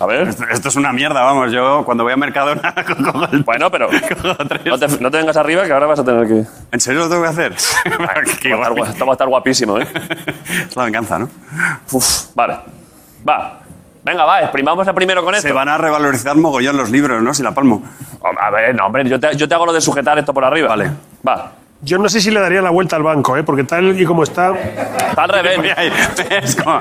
[SPEAKER 2] A ver.
[SPEAKER 9] Esto, esto es una mierda, vamos. Yo cuando voy a Mercadona cojo el.
[SPEAKER 2] Bueno, pero
[SPEAKER 9] cojo tres.
[SPEAKER 2] no te, no te vengas arriba que ahora vas a tener que...
[SPEAKER 9] ¿En serio lo tengo que hacer? Qué
[SPEAKER 2] Va a estar,
[SPEAKER 9] guay.
[SPEAKER 2] gua- esto va a estar guapísimo, ¿eh?
[SPEAKER 9] Es la venganza, ¿no?
[SPEAKER 2] Uf, vale. Va. Venga, va, exprimamos el primero con esto. Oh,
[SPEAKER 9] Se van a revalorizar mogollón los libros, ¿no? Si la palmo.
[SPEAKER 2] A ver, no, hombre, yo te, yo te hago lo de sujetar esto por arriba.
[SPEAKER 9] Vale.
[SPEAKER 2] Va.
[SPEAKER 4] Yo no sé si le daría la vuelta al banco, ¿eh? porque tal y como está, o
[SPEAKER 2] Está al
[SPEAKER 9] Voy
[SPEAKER 2] revés.
[SPEAKER 9] ahí. Es como-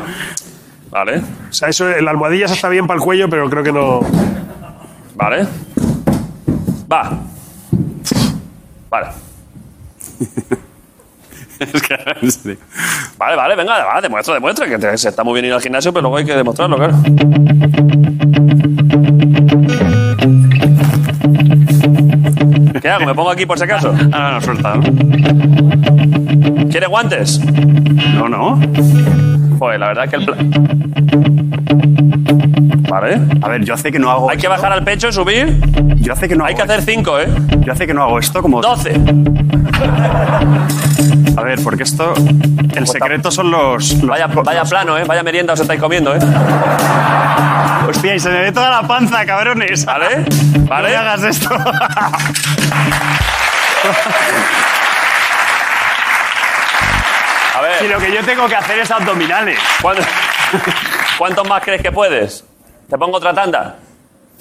[SPEAKER 2] Vale.
[SPEAKER 4] sea, eso, la almohadilla esa está bien para el cuello, pero creo que no.
[SPEAKER 2] Vale. Va. Vale.
[SPEAKER 9] Es que, en serio.
[SPEAKER 2] Vale, vale, venga, va, demuestra, demuestra que te- se está muy bien ir al gimnasio, pero luego hay que demostrarlo, claro. ¿Qué hago? ¿Me pongo aquí por si acaso?
[SPEAKER 9] Ah, no, no, suelta.
[SPEAKER 2] ¿Quieres guantes?
[SPEAKER 9] No, no.
[SPEAKER 2] Pues la verdad es que el plan... Vale.
[SPEAKER 9] A ver, yo hace que no hago.
[SPEAKER 2] Hay que bajar al pecho, subir.
[SPEAKER 9] Yo hace que no
[SPEAKER 2] Hay que
[SPEAKER 9] hago
[SPEAKER 2] hacer 5, ¿eh?
[SPEAKER 9] Yo hace que no hago esto como...
[SPEAKER 2] 12.
[SPEAKER 9] A ver, porque esto... El secreto son los... los-
[SPEAKER 2] Vaya, vaya plano, ¿eh? Vaya merienda os estáis comiendo, ¿eh?
[SPEAKER 9] Hostia, y se me ve toda la panza, cabrones.
[SPEAKER 2] ¿Vale?
[SPEAKER 9] No me
[SPEAKER 2] ¿Vale?
[SPEAKER 9] hagas esto.
[SPEAKER 2] A ver.
[SPEAKER 9] y lo que yo tengo que hacer es abdominales.
[SPEAKER 2] ¿Cuántos, cuántos más crees que puedes? Te pongo otra tanda.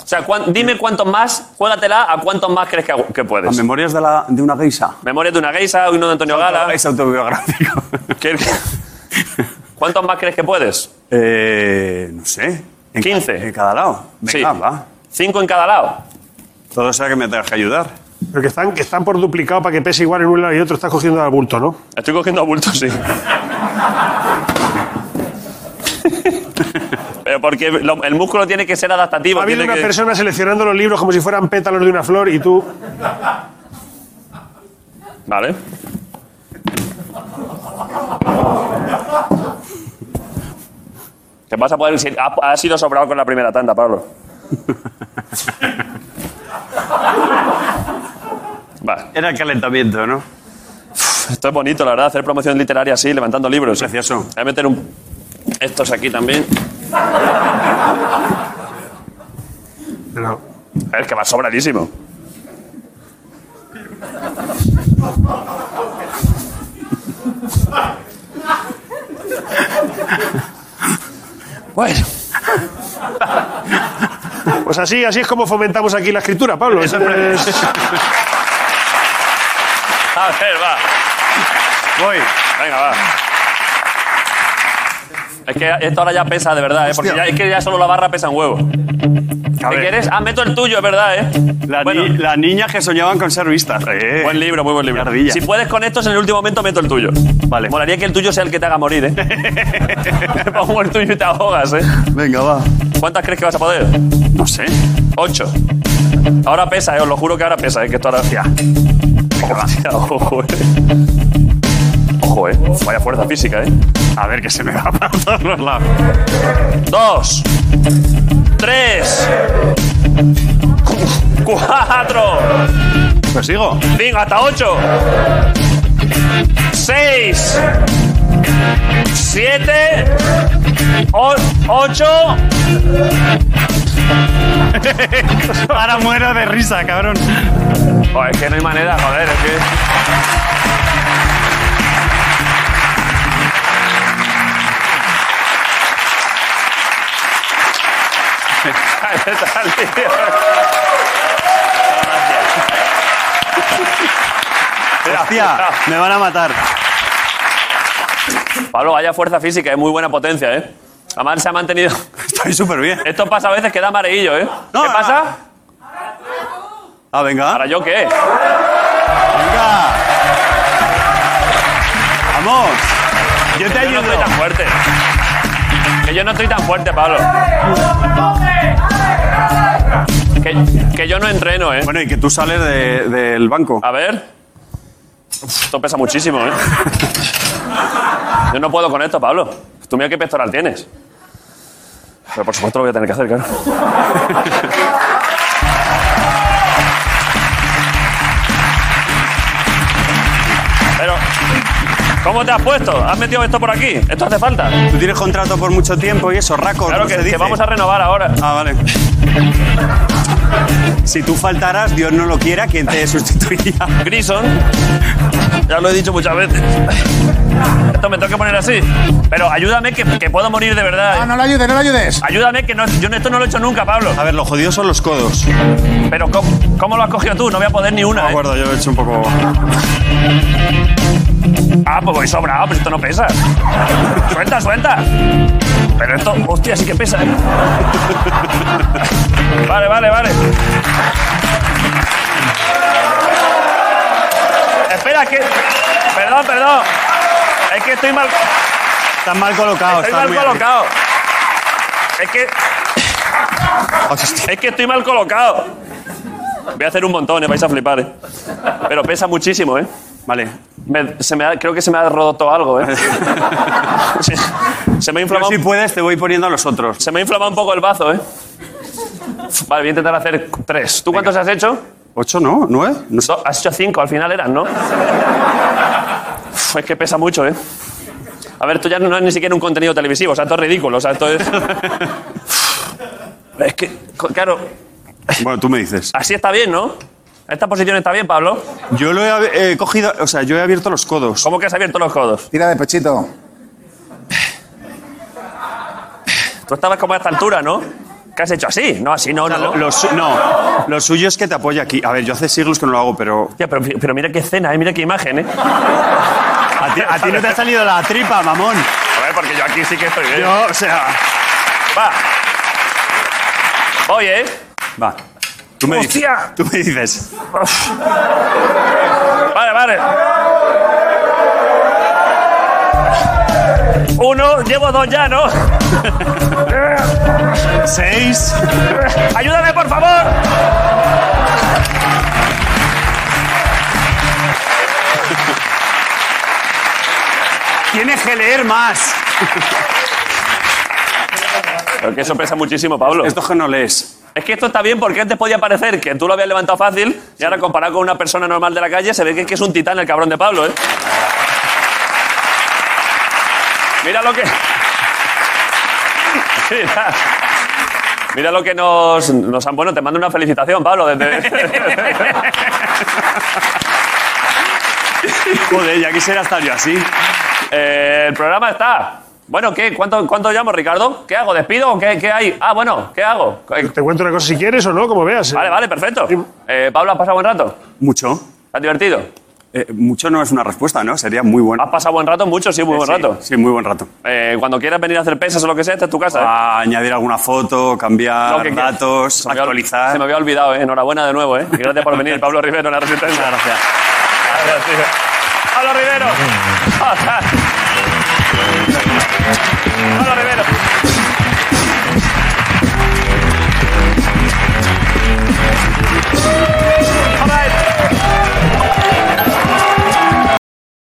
[SPEAKER 2] O sea, cuán- dime cuántos más, juégatela a cuántos más crees que, que
[SPEAKER 9] Las
[SPEAKER 2] puedes.
[SPEAKER 9] memorias de, la, de una geisa.
[SPEAKER 2] Memoria de una geisa, uno de Antonio Gala.
[SPEAKER 9] Es autobiográfico.
[SPEAKER 2] ¿Qué- ¿Cuántos más crees que puedes?
[SPEAKER 9] Eh, no sé. En
[SPEAKER 2] 15.
[SPEAKER 9] ca- En cada lado. Venga, va.
[SPEAKER 2] Cinco en cada lado.
[SPEAKER 9] Todo sea que me tengas que ayudar.
[SPEAKER 4] Pero que están, que están por duplicado para que pese igual en un lado y otro, estás cogiendo al bulto, ¿no?
[SPEAKER 2] Estoy cogiendo bultos, sí. Pero porque lo- el músculo tiene que ser adaptativo.
[SPEAKER 4] Ha habido
[SPEAKER 2] tiene
[SPEAKER 4] una
[SPEAKER 2] que-
[SPEAKER 4] persona seleccionando los libros como si fueran pétalos de una flor y tú.
[SPEAKER 2] Vale. Te vas a poder. si- ha- Has sido sobrado con la primera tanda, Pablo. Vale.
[SPEAKER 9] Era el calentamiento, ¿no?
[SPEAKER 2] Esto es bonito, la verdad, hacer promoción literaria así, levantando libros.
[SPEAKER 9] Precioso.
[SPEAKER 2] Voy a meter un... estos aquí también.
[SPEAKER 4] Pero,
[SPEAKER 2] A ver, que va sobradísimo. Bueno.
[SPEAKER 4] Pues así, así es como fomentamos aquí la escritura, Pablo. Es- es-
[SPEAKER 2] A ver, va.
[SPEAKER 9] Voy.
[SPEAKER 2] Venga, va. Es que esto ahora ya pesa, de verdad, ¿eh? Porque ya,
[SPEAKER 9] Hostia.
[SPEAKER 2] es que ya solo la barra pesa un huevo.
[SPEAKER 9] A
[SPEAKER 2] ¿Qué
[SPEAKER 9] ver,
[SPEAKER 2] quieres? Ah, meto el tuyo, es verdad, ¿eh?
[SPEAKER 9] La,
[SPEAKER 2] Bueno.
[SPEAKER 9] ni- la niña que soñaban con ser vista. Eh.
[SPEAKER 2] Buen libro, muy buen libro.
[SPEAKER 9] Ardilla.
[SPEAKER 2] Si puedes con estos, en el último momento meto el tuyo.
[SPEAKER 9] Vale.
[SPEAKER 2] Molaría que el tuyo sea el que te haga morir, ¿eh? Te pongo el tuyo y te ahogas, ¿eh?
[SPEAKER 9] Venga, va.
[SPEAKER 2] ¿Cuántas crees que vas a poder?
[SPEAKER 9] No sé.
[SPEAKER 2] Ocho. Ahora pesa, eh, os lo juro que ahora pesa, eh, que esto ahora... Hostia, ojo, eh. Ojo, eh. Vaya fuerza física, eh.
[SPEAKER 9] A ver, que se me va para todos los lados.
[SPEAKER 2] Dos. Tres. cu- Cuatro.
[SPEAKER 9] Pues sigo.
[SPEAKER 2] Cinco, hasta ocho. Seis. Siete. o- ocho.
[SPEAKER 12] Ahora muero de risa, cabrón.
[SPEAKER 2] Joder, es que no hay manera, joder, es que. Ahí está el tío. Gracias.
[SPEAKER 12] Hostia, me van a matar.
[SPEAKER 2] Pablo, vaya fuerza física, es muy buena potencia, ¿eh? Además se ha mantenido.
[SPEAKER 9] Estoy súper bien.
[SPEAKER 2] Esto pasa a veces que da amarillo, ¿eh? ¿Qué pasa?
[SPEAKER 9] Ah, venga.
[SPEAKER 2] ¿Ahora yo qué?
[SPEAKER 9] Venga. Vamos. Yo
[SPEAKER 2] Yo
[SPEAKER 9] te
[SPEAKER 2] no
[SPEAKER 9] ayudo.
[SPEAKER 2] estoy tan fuerte. Que yo no estoy tan fuerte, Pablo. Que, que yo no entreno, ¿eh?
[SPEAKER 9] Bueno, y que tú sales de- del banco.
[SPEAKER 2] A ver. Esto pesa muchísimo, ¿eh? Yo no puedo con esto, Pablo. Tú mira qué pectoral tienes. Pero por supuesto lo voy a tener que hacer, claro. Pero, ¿cómo te has puesto? ¿Has metido esto por aquí? ¿Esto hace falta?
[SPEAKER 9] Tú tienes contrato por mucho tiempo y eso, Raco.
[SPEAKER 2] Claro
[SPEAKER 9] ¿cómo
[SPEAKER 2] que,
[SPEAKER 9] se
[SPEAKER 2] que
[SPEAKER 9] dice?
[SPEAKER 2] vamos a renovar ahora.
[SPEAKER 9] Ah, vale. Si tú faltaras, Dios no lo quiera, quien te sustituiría.
[SPEAKER 2] Grison. Ya lo he dicho muchas veces. Esto me tengo que poner así. Pero ayúdame que, que puedo morir de verdad.
[SPEAKER 3] No, no le ayudes, no le ayudes.
[SPEAKER 2] Ayúdame, que no, yo esto no lo he hecho nunca, Pablo.
[SPEAKER 9] A ver, lo jodido son los codos.
[SPEAKER 2] Pero ¿cómo, cómo lo has cogido tú? No voy a poder ni
[SPEAKER 9] No
[SPEAKER 2] una.
[SPEAKER 9] me
[SPEAKER 2] ¿eh?
[SPEAKER 9] acuerdo, yo he hecho un poco.
[SPEAKER 2] Ah, pues voy sobrado, pues esto no pesa. suelta, suelta. Pero esto, hostia, sí que pesa. ¿eh? vale, vale, vale. Espera, que. Perdón, perdón. Es que estoy mal.
[SPEAKER 12] Estás mal colocado.
[SPEAKER 2] Estoy
[SPEAKER 12] estás
[SPEAKER 2] mal
[SPEAKER 12] muy
[SPEAKER 2] colocado. Es que. Es que estoy mal colocado. Voy a hacer un montón, eh, vais a flipar. eh. Pero pesa muchísimo, ¿eh?
[SPEAKER 9] Vale.
[SPEAKER 2] Me- se me ha- creo que se me ha roto algo, ¿eh? se, se me ha
[SPEAKER 9] Yo,
[SPEAKER 2] inflamado,
[SPEAKER 9] si puedes, te voy poniendo a los otros.
[SPEAKER 2] se me ha inflamado un poco el bazo, ¿eh? Vale, voy a intentar hacer tres. ¿Tú cuántos has hecho?
[SPEAKER 9] ¿Ocho, no? ¿Nueve? No sé.
[SPEAKER 2] Do- has hecho cinco, al final eran, ¿no? Uf, es que pesa mucho, ¿eh? A ver, esto ya no es ni siquiera un contenido televisivo, o sea, esto es ridículo, o sea, esto es... Uf, Es que, co- claro,
[SPEAKER 9] Bueno, tú me dices.
[SPEAKER 2] así está bien, ¿no? Esta posición está bien, Pablo.
[SPEAKER 9] Yo lo he eh, cogido, o sea, yo he abierto los codos.
[SPEAKER 2] ¿Cómo que has abierto los codos?
[SPEAKER 3] Tira de pechito.
[SPEAKER 2] Tú estabas como a esta altura, ¿no? ¿Qué has hecho así? No, así no,
[SPEAKER 9] O sea,
[SPEAKER 2] no.
[SPEAKER 9] lo- lo su- no, lo suyo es que te apoya aquí. A ver, yo hace siglos que no lo hago, pero.
[SPEAKER 2] Hostia, pero, pero mira qué escena, ¿eh? mira qué imagen, ¿eh?
[SPEAKER 12] A ti, a ti no te ha salido la tripa, mamón.
[SPEAKER 2] A ver, porque yo aquí sí que estoy bien.
[SPEAKER 12] Yo, o sea.
[SPEAKER 2] Va. Oye, ¿eh?
[SPEAKER 9] Va. Tú me dices.
[SPEAKER 2] ¡Hostia!
[SPEAKER 9] Tú me dices.
[SPEAKER 2] Uf. Vale, vale. Uno, llevo dos ya, ¿no?
[SPEAKER 9] Seis.
[SPEAKER 2] ¡Ayúdame, por favor!
[SPEAKER 9] Tienes que leer más.
[SPEAKER 2] Pero que eso pesa muchísimo, Pablo.
[SPEAKER 9] Esto es que no lees.
[SPEAKER 2] Es que esto está bien porque antes podía parecer que tú lo habías levantado fácil y ahora comparado con una persona normal de la calle se ve que es, que es un titán el cabrón de Pablo, ¿eh? Mira lo que... Mira, mira lo que nos, nos han... Bueno, te mando una felicitación, Pablo, desde...
[SPEAKER 9] Joder, ya quisiera estar yo así.
[SPEAKER 2] Eh, el programa está... Bueno, ¿qué? ¿Cuánto, ¿Cuánto llamo, Ricardo? ¿Qué hago? ¿Despido o qué, qué hay? Ah, bueno, ¿qué hago? Eh,
[SPEAKER 4] Te cuento una cosa si quieres o no, como veas. eh.
[SPEAKER 2] Vale, vale, perfecto. Eh, Pablo, ¿has pasado buen rato?
[SPEAKER 9] Mucho.
[SPEAKER 2] ¿Has divertido?
[SPEAKER 9] Eh, mucho no es una respuesta, ¿no? Sería muy bueno.
[SPEAKER 2] ¿Has pasado buen rato? Mucho, sí, muy buen
[SPEAKER 9] Sí,
[SPEAKER 2] rato.
[SPEAKER 9] Sí, muy buen rato.
[SPEAKER 2] Eh, cuando quieras venir a hacer pesas o lo que sea, esta es tu casa. ¿eh?
[SPEAKER 9] A añadir alguna foto, cambiar
[SPEAKER 2] Lo que quieras.
[SPEAKER 9] datos,
[SPEAKER 2] Se me había-
[SPEAKER 9] actualizar.
[SPEAKER 2] Se me había olvidado, ¿eh? Enhorabuena de nuevo, ¿eh? Y gracias por venir, Pablo Rivero, en la Resistencia. gracias. tío. ¡Pablo Rivero!